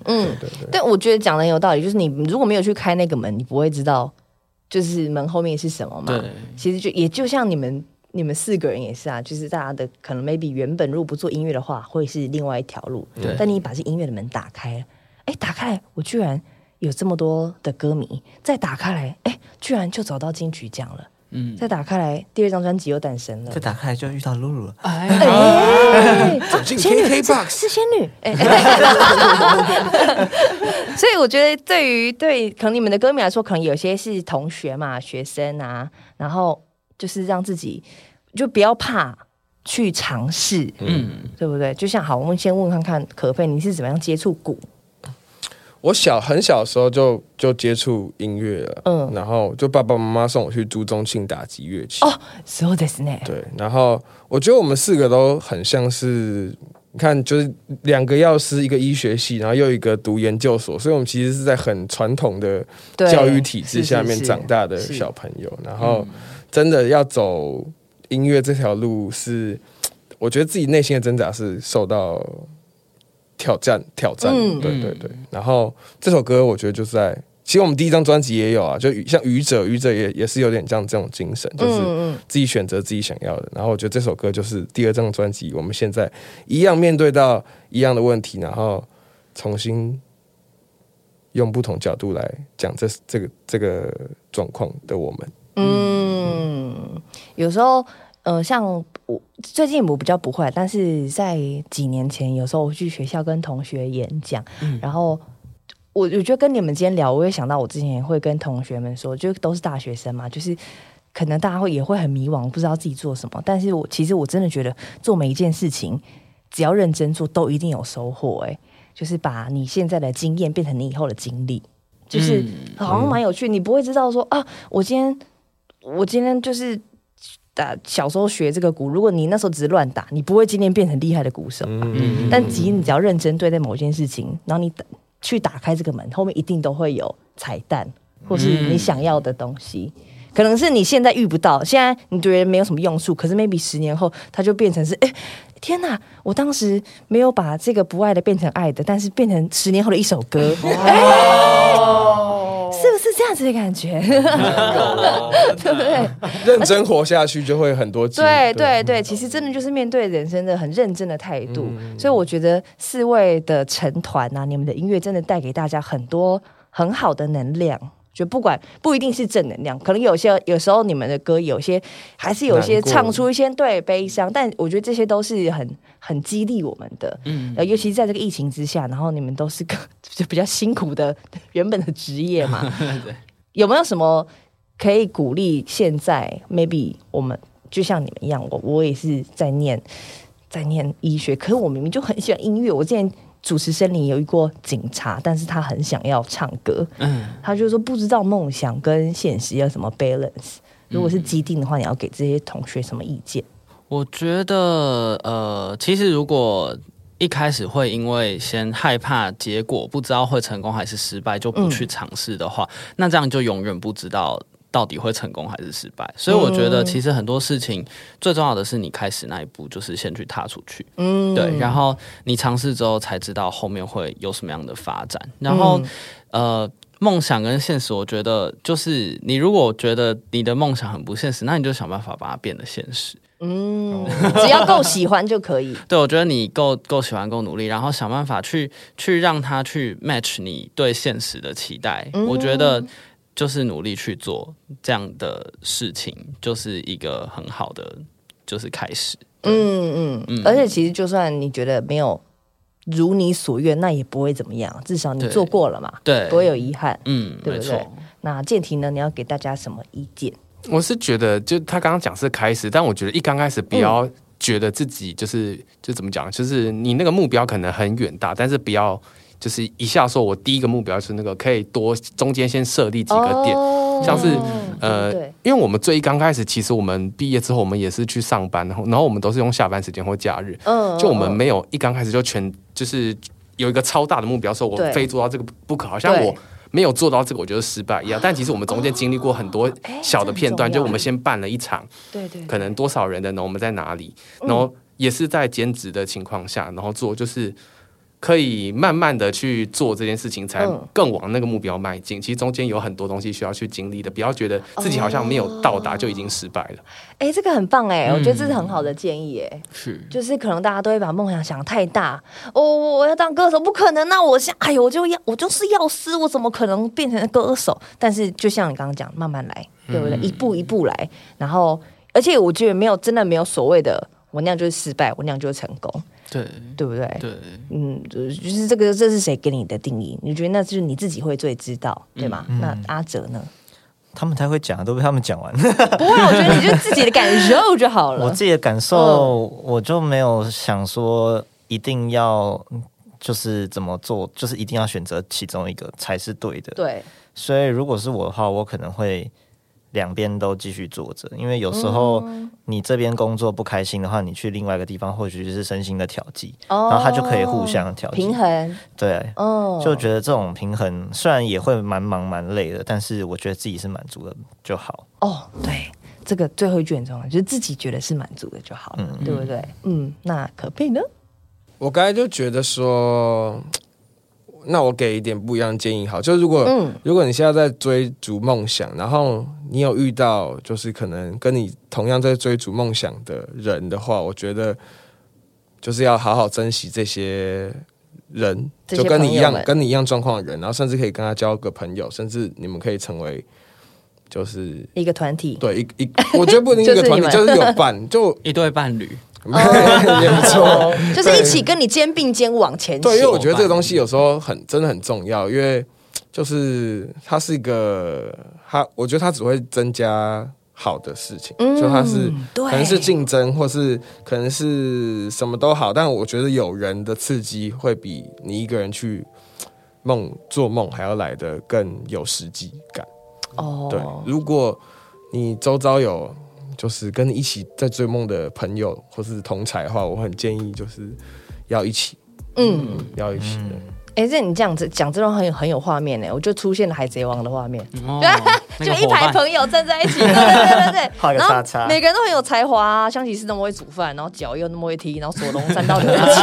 S1: 嗯，
S2: 对对
S1: 但我觉得讲的很有道理，就是你如果没有去开那个门，你不会知道就是门后面是什么嘛
S4: 对。
S1: 其实就也就像你们你们四个人也是啊，就是大家的可能 maybe 原本如果不做音乐的话，会是另外一条路。
S4: 对
S1: 但你把这音乐的门打开了，哎，打开来，我居然有这么多的歌迷，再打开来，哎，居然就找到金曲奖了。嗯，再打开来，第二张专辑又诞生了
S5: 嗯再。打开就遇到露露了，
S1: 哎，走
S2: 进
S1: 仙女
S2: KKBOX
S1: 是是仙女，哎，哎 (laughs) 所以我觉得对于对可能你们的歌迷来说，可能有些是同学嘛、学生啊，然后就是让自己就不要怕去尝试，
S4: 嗯，
S1: 对不对？就像好，我们先问看看可佩，你是怎么样接触鼓？
S2: 我小很小的时候就就接触音乐了，
S1: 嗯
S2: 然后就爸爸妈妈送我去朱宗庆打击乐器，
S1: 哦，所有的 s n
S2: 对，然后我觉得我们四个都很像是，你看就是两个药师，一个医学系，然后又一个读研究所，所以我们其实是在很传统的
S1: 对
S2: 教育体制
S1: 是
S2: 下
S1: 是
S2: 面
S1: 是
S2: 长大的
S1: 是
S2: 小朋友，然后真的要走音乐这条路是，我觉得自己内心的挣扎是受到挑战挑战的，
S1: 嗯
S2: 对对对。然后这首歌我觉得就是在，其实我们第一张专辑也有啊，就与像愚者，愚者也也是有点像这种精神，就是
S1: 嗯嗯
S2: 自己选择自己想要的。然后我觉得这首歌就是第二张专辑，我们现在一样面对到一样的问题，然后重新用不同角度来讲这这个这个状况的我们。
S1: 嗯，有时候，呃，像我最近我比较不会，但是在几年前，有时候我去学校跟同学演讲，然后。我我觉得跟你们今天聊，我也想到我之前也会跟同学们说，就都是大学生嘛，就是可能大家会也会很迷惘，不知道自己做什么。但是我其实我真的觉得做每一件事情，只要认真做，都一定有收获。哎，就是把你现在的经验变成你以后的经历，就是好像蛮有趣。你不会知道说啊，我今天我今天就是打小时候学这个鼓，如果你那时候只是乱打，你不会今天变成厉害的鼓手。
S2: 嗯，
S1: 但其实你只要认真对待某件事情，然后你打去打开这个门，后面一定都会有彩蛋，或是你想要的东西。可能是你现在遇不到，现在你觉得没有什么用处，可是 maybe 十年后它就变成是，哎、天哪！我当时没有把这个不爱的变成爱的，但是变成十年后的一首歌，哎、是不是这样子的感觉？对不对？
S2: 认真活下去就会很多机
S1: 对对嗯对，其实真的就是面对人生的很认真的态度，所以我觉得四位的成团啊，你们的音乐真的带给大家很多很好的能量。就不管不一定是正能量，可能有些有时候你们的歌有些还是有一些
S2: 难过
S1: 唱出一些对悲伤，但我觉得这些都是很很激励我们的。嗯，尤其是在这个疫情之下，然后你们都是个 (laughs) 就比较辛苦的 (laughs) 原本的职业嘛， (laughs) 有没有什么可以鼓励现在 maybe 我们就像你们一样，我我也是在念在念医学，可是我明明就很喜欢音乐。我之前主持森林有遇过警察，但是他很想要唱歌，他就说不知道梦想跟现实要怎么 balance。如果是既定的话，你要给这些同学什么意见？
S4: 我觉得，呃，其实如果一开始会因为先害怕结果，不知道会成功还是失败，就不去尝试的话，那这样就永远不知道到底会成功还是失败。所以我觉得，其实很多事情最重要的是你开始那一步，就是先去踏出去。
S1: 嗯，
S4: 对，然后你尝试之后才知道后面会有什么样的发展。然后，呃，梦想跟现实，我觉得就是你如果觉得你的梦想很不现实，那你就想办法把它变得现实。
S1: 嗯，只要够喜欢就可以。
S4: 对，我觉得你够够喜欢，够努力，然后想办法去去让它去 match 你对现实的期待。
S1: 嗯
S4: 我觉得就是努力去做这样的事情，就是一个很好的就是开始。
S1: 嗯嗯，而且其实就算你觉得没有如你所愿，那也不会怎么样，至少你
S4: 对
S1: 做过了嘛，
S4: 对
S1: 不会有遗憾。
S4: 嗯，
S1: 对
S4: 没
S1: 不对
S4: 错，？
S1: 那建廷呢？你要给大家什么意见？
S3: 我是觉得，就他刚刚讲是开始，但我觉得一刚开始不
S1: 嗯
S3: 要觉得自己就是、就怎么讲，就是你那个目标可能很远大，但是不要就是一下说我第一个目标是那个，可以多中间先设立几个点。
S1: 哦
S3: 像是呃
S1: 对，
S3: 因为我们最一刚开始，其实我们毕业之后，我们也是去上班，然后然后我们都是用下班时间或假日，
S1: 嗯
S3: 就我们没有一刚开始就全就是有一个超大的目标，说我
S1: 对
S3: 非做到这个不可，好像
S1: 对哦
S3: 我没有做到这个，我觉得失败一样。但其实我们中间经历过很多
S1: 哎
S3: 小的片段，
S1: 这很重要
S3: 就我们先办了一场，
S1: 对对，
S3: 可能多少人的，然后我们在哪里，然后也是在兼职的情况下，然后做就是。可以慢慢的去做这件事情，才
S1: 嗯
S3: 更往那个目标迈进。其实中间有很多东西需要去经历的，不要觉得自己好像没有到达就已经失败了。
S1: 哎，这个很棒哎，
S4: 嗯
S1: 我觉得这是很好的建议哎。
S4: 是
S1: 就是可能大家都会把梦想想太大，哦，我我要当歌手，不可能那、我现哎呦，我就要我就是药师，我怎么可能变成歌手？但是就像你刚刚讲，慢慢来，
S3: 嗯
S1: 对不对？一步一步来，然后而且我觉得没有真的没有所谓的我那样就是失败，我那样就是成功，
S4: 对
S1: 对不对？ (laughs)
S4: 对，
S1: 嗯，就是这个这是谁给你的定义？你觉得那就是你自己会最知道，对吗？
S5: 嗯
S1: 那阿哲呢？ (laughs)
S5: 他们才会讲，啊都被他们讲完。
S1: 不会，啊我觉得你就自己的感受就好了。
S5: 我自己的感受，我就没有想说一定要就是怎么做，就是一定要选择其中一个才是对的。
S1: 对，
S5: 所以如果是我的话，我可能会两边都继续做着，因为有时候你这边工作不开心的话，你去另外一个地方，或许就是身心的调剂，
S1: 哦
S5: 然后它就可以互相调剂
S1: 平。衡，
S5: 对，
S1: 哦，
S5: 就觉得这种平衡虽然也会蛮忙蛮累的，但是我觉得自己是满足的就好。
S1: 哦，对，这个最后一句很重要，就是自己觉得是满足的就好了，对不对？嗯，那可佩呢？
S2: 我刚才就觉得说，那我给一点不一样的建议好，就是如果、
S1: 嗯
S2: 如果你现在在追逐梦想，然后你有遇到就是可能跟你同样在追逐梦想的人的话，我觉得就是要好好珍惜这些人，
S1: 这些
S2: 就跟你一样
S1: 朋友们
S2: 跟你一样状况的人，然后甚至可以跟他交个朋友，甚至你们可以成为就是。
S1: 一个团体，
S2: 对，一一，我觉得不一定一
S1: 就 (laughs)
S2: 个
S1: 是你
S2: 团
S1: 们哦
S2: 体，就是有伴，就
S4: 一对伴侣，
S2: (laughs) 也不错。
S1: 就是一起跟你肩并肩往前
S2: 对，因为
S1: 行。
S2: 我觉得这个东西有时候很真的很重要，因为就是它是一个，它我觉得它只会增加好的事情，
S1: 嗯
S2: 就它是
S1: 对
S2: 可能是竞争，或是可能是什么都好，但我觉得有人的刺激会比你一个人去梦做梦还要来的更有实际感。对
S1: 哦，，
S2: 如果你周遭有就是跟你一起在追梦的朋友或是同才的话，我很建议就是要一起，
S1: 嗯，
S2: 嗯，要一起的。
S1: 哎、这你这样子讲，这段很有很有画面呢，我就出现了《海贼王》的画面。 (laughs)
S4: 哦那
S1: 就
S4: 个
S1: 一
S4: 伙
S1: 排
S4: 伴
S1: 朋友站在一
S4: (laughs)
S1: 起，对对对对
S5: 画
S1: 对，
S5: 个
S1: 然
S5: 叉
S1: 后
S5: 叉
S1: 每个人都很有才华、啊，香吉士那么会煮饭，然后脚又那么会踢，然后索隆三到
S4: (laughs)
S1: 六强，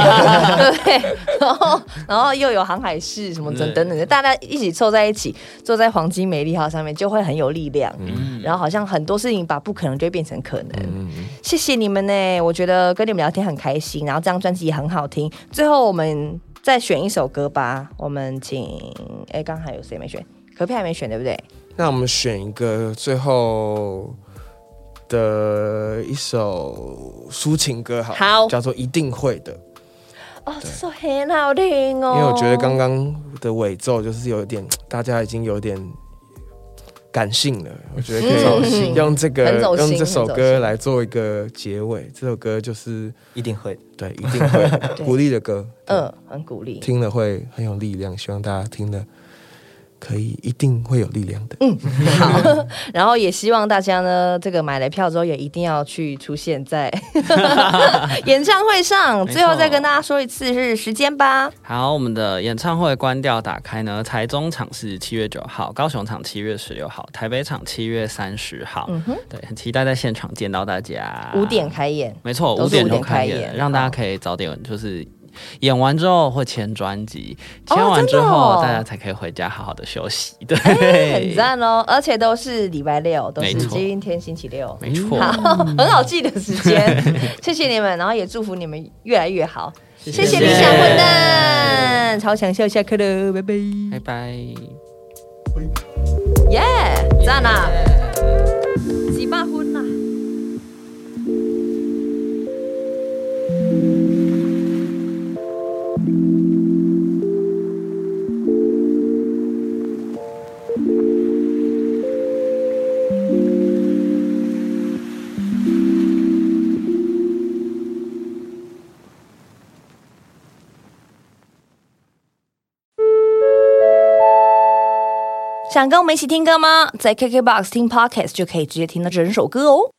S1: 对不对？然后然后又有航海士什么等等等的，大家一起凑在一起，坐在黄金美丽号上面，就会很有力量。
S4: 嗯
S1: 然后好像很多事情把不可能就会变成可能。谢谢你们呢，我觉得跟你们聊天很开心，然后这张专辑也很好听。最后我们再选一首歌吧，我们请哎，刚才有谁没选？可佩还没选对不对？
S2: 那我们选一个最后的一首抒情歌好了，
S1: 好
S2: 叫做《一定会的》，
S1: 哦，这首很好听哦。
S2: 因为我觉得刚刚的尾奏就是有点，大家已经有点。感性了，我觉得可以用这个
S1: 很走心
S2: 用这首
S1: 很走
S2: 歌
S1: 心
S2: 来做一个结尾。这首歌就是
S5: 一定会的，
S2: 对，一定会的
S1: (laughs) 对
S2: 鼓励的歌，嗯，
S1: 嗯，很鼓励。
S2: 听了会很有力量，希望大家听了可以一定会有力量的。
S1: 好，然后也希望大家呢，这个买了票之后也一定要去出现在演唱会上。
S4: 没错
S1: 最后再跟大家说一次是时间吧。
S4: 好，我们的演唱会关掉打开呢，台中场是七月九号，高雄场七月十六号，台北场七月三十号。
S1: 嗯哼，
S4: 对，很期待在现场见到大家。
S1: 五点，开演。
S4: 没错，
S1: 都
S4: 五
S1: 是
S4: 点
S1: 5
S4: 就
S1: 点开
S4: 开
S1: 演
S4: 演，让大家
S1: 好
S4: 可以早点就是。演完之后会签专辑，
S1: 哦
S4: 签完之
S1: 真的
S4: 后、
S1: 哦
S4: 大家才可以回家好好的休息。对，
S1: 很赞哦，而且都是礼拜六，都是
S4: 没错
S1: 今天星期六，
S4: 没错。
S1: 好，很好记的时间。谢谢你们，然后也祝福你们越来越好。谢谢理想混蛋，超强秀下课喽，拜拜，
S4: 拜拜。
S1: 耶，赞啊，几把婚啦。想跟我们一起听歌吗？在 KKBOX 听 Podcast 就可以直接听到整首歌哦。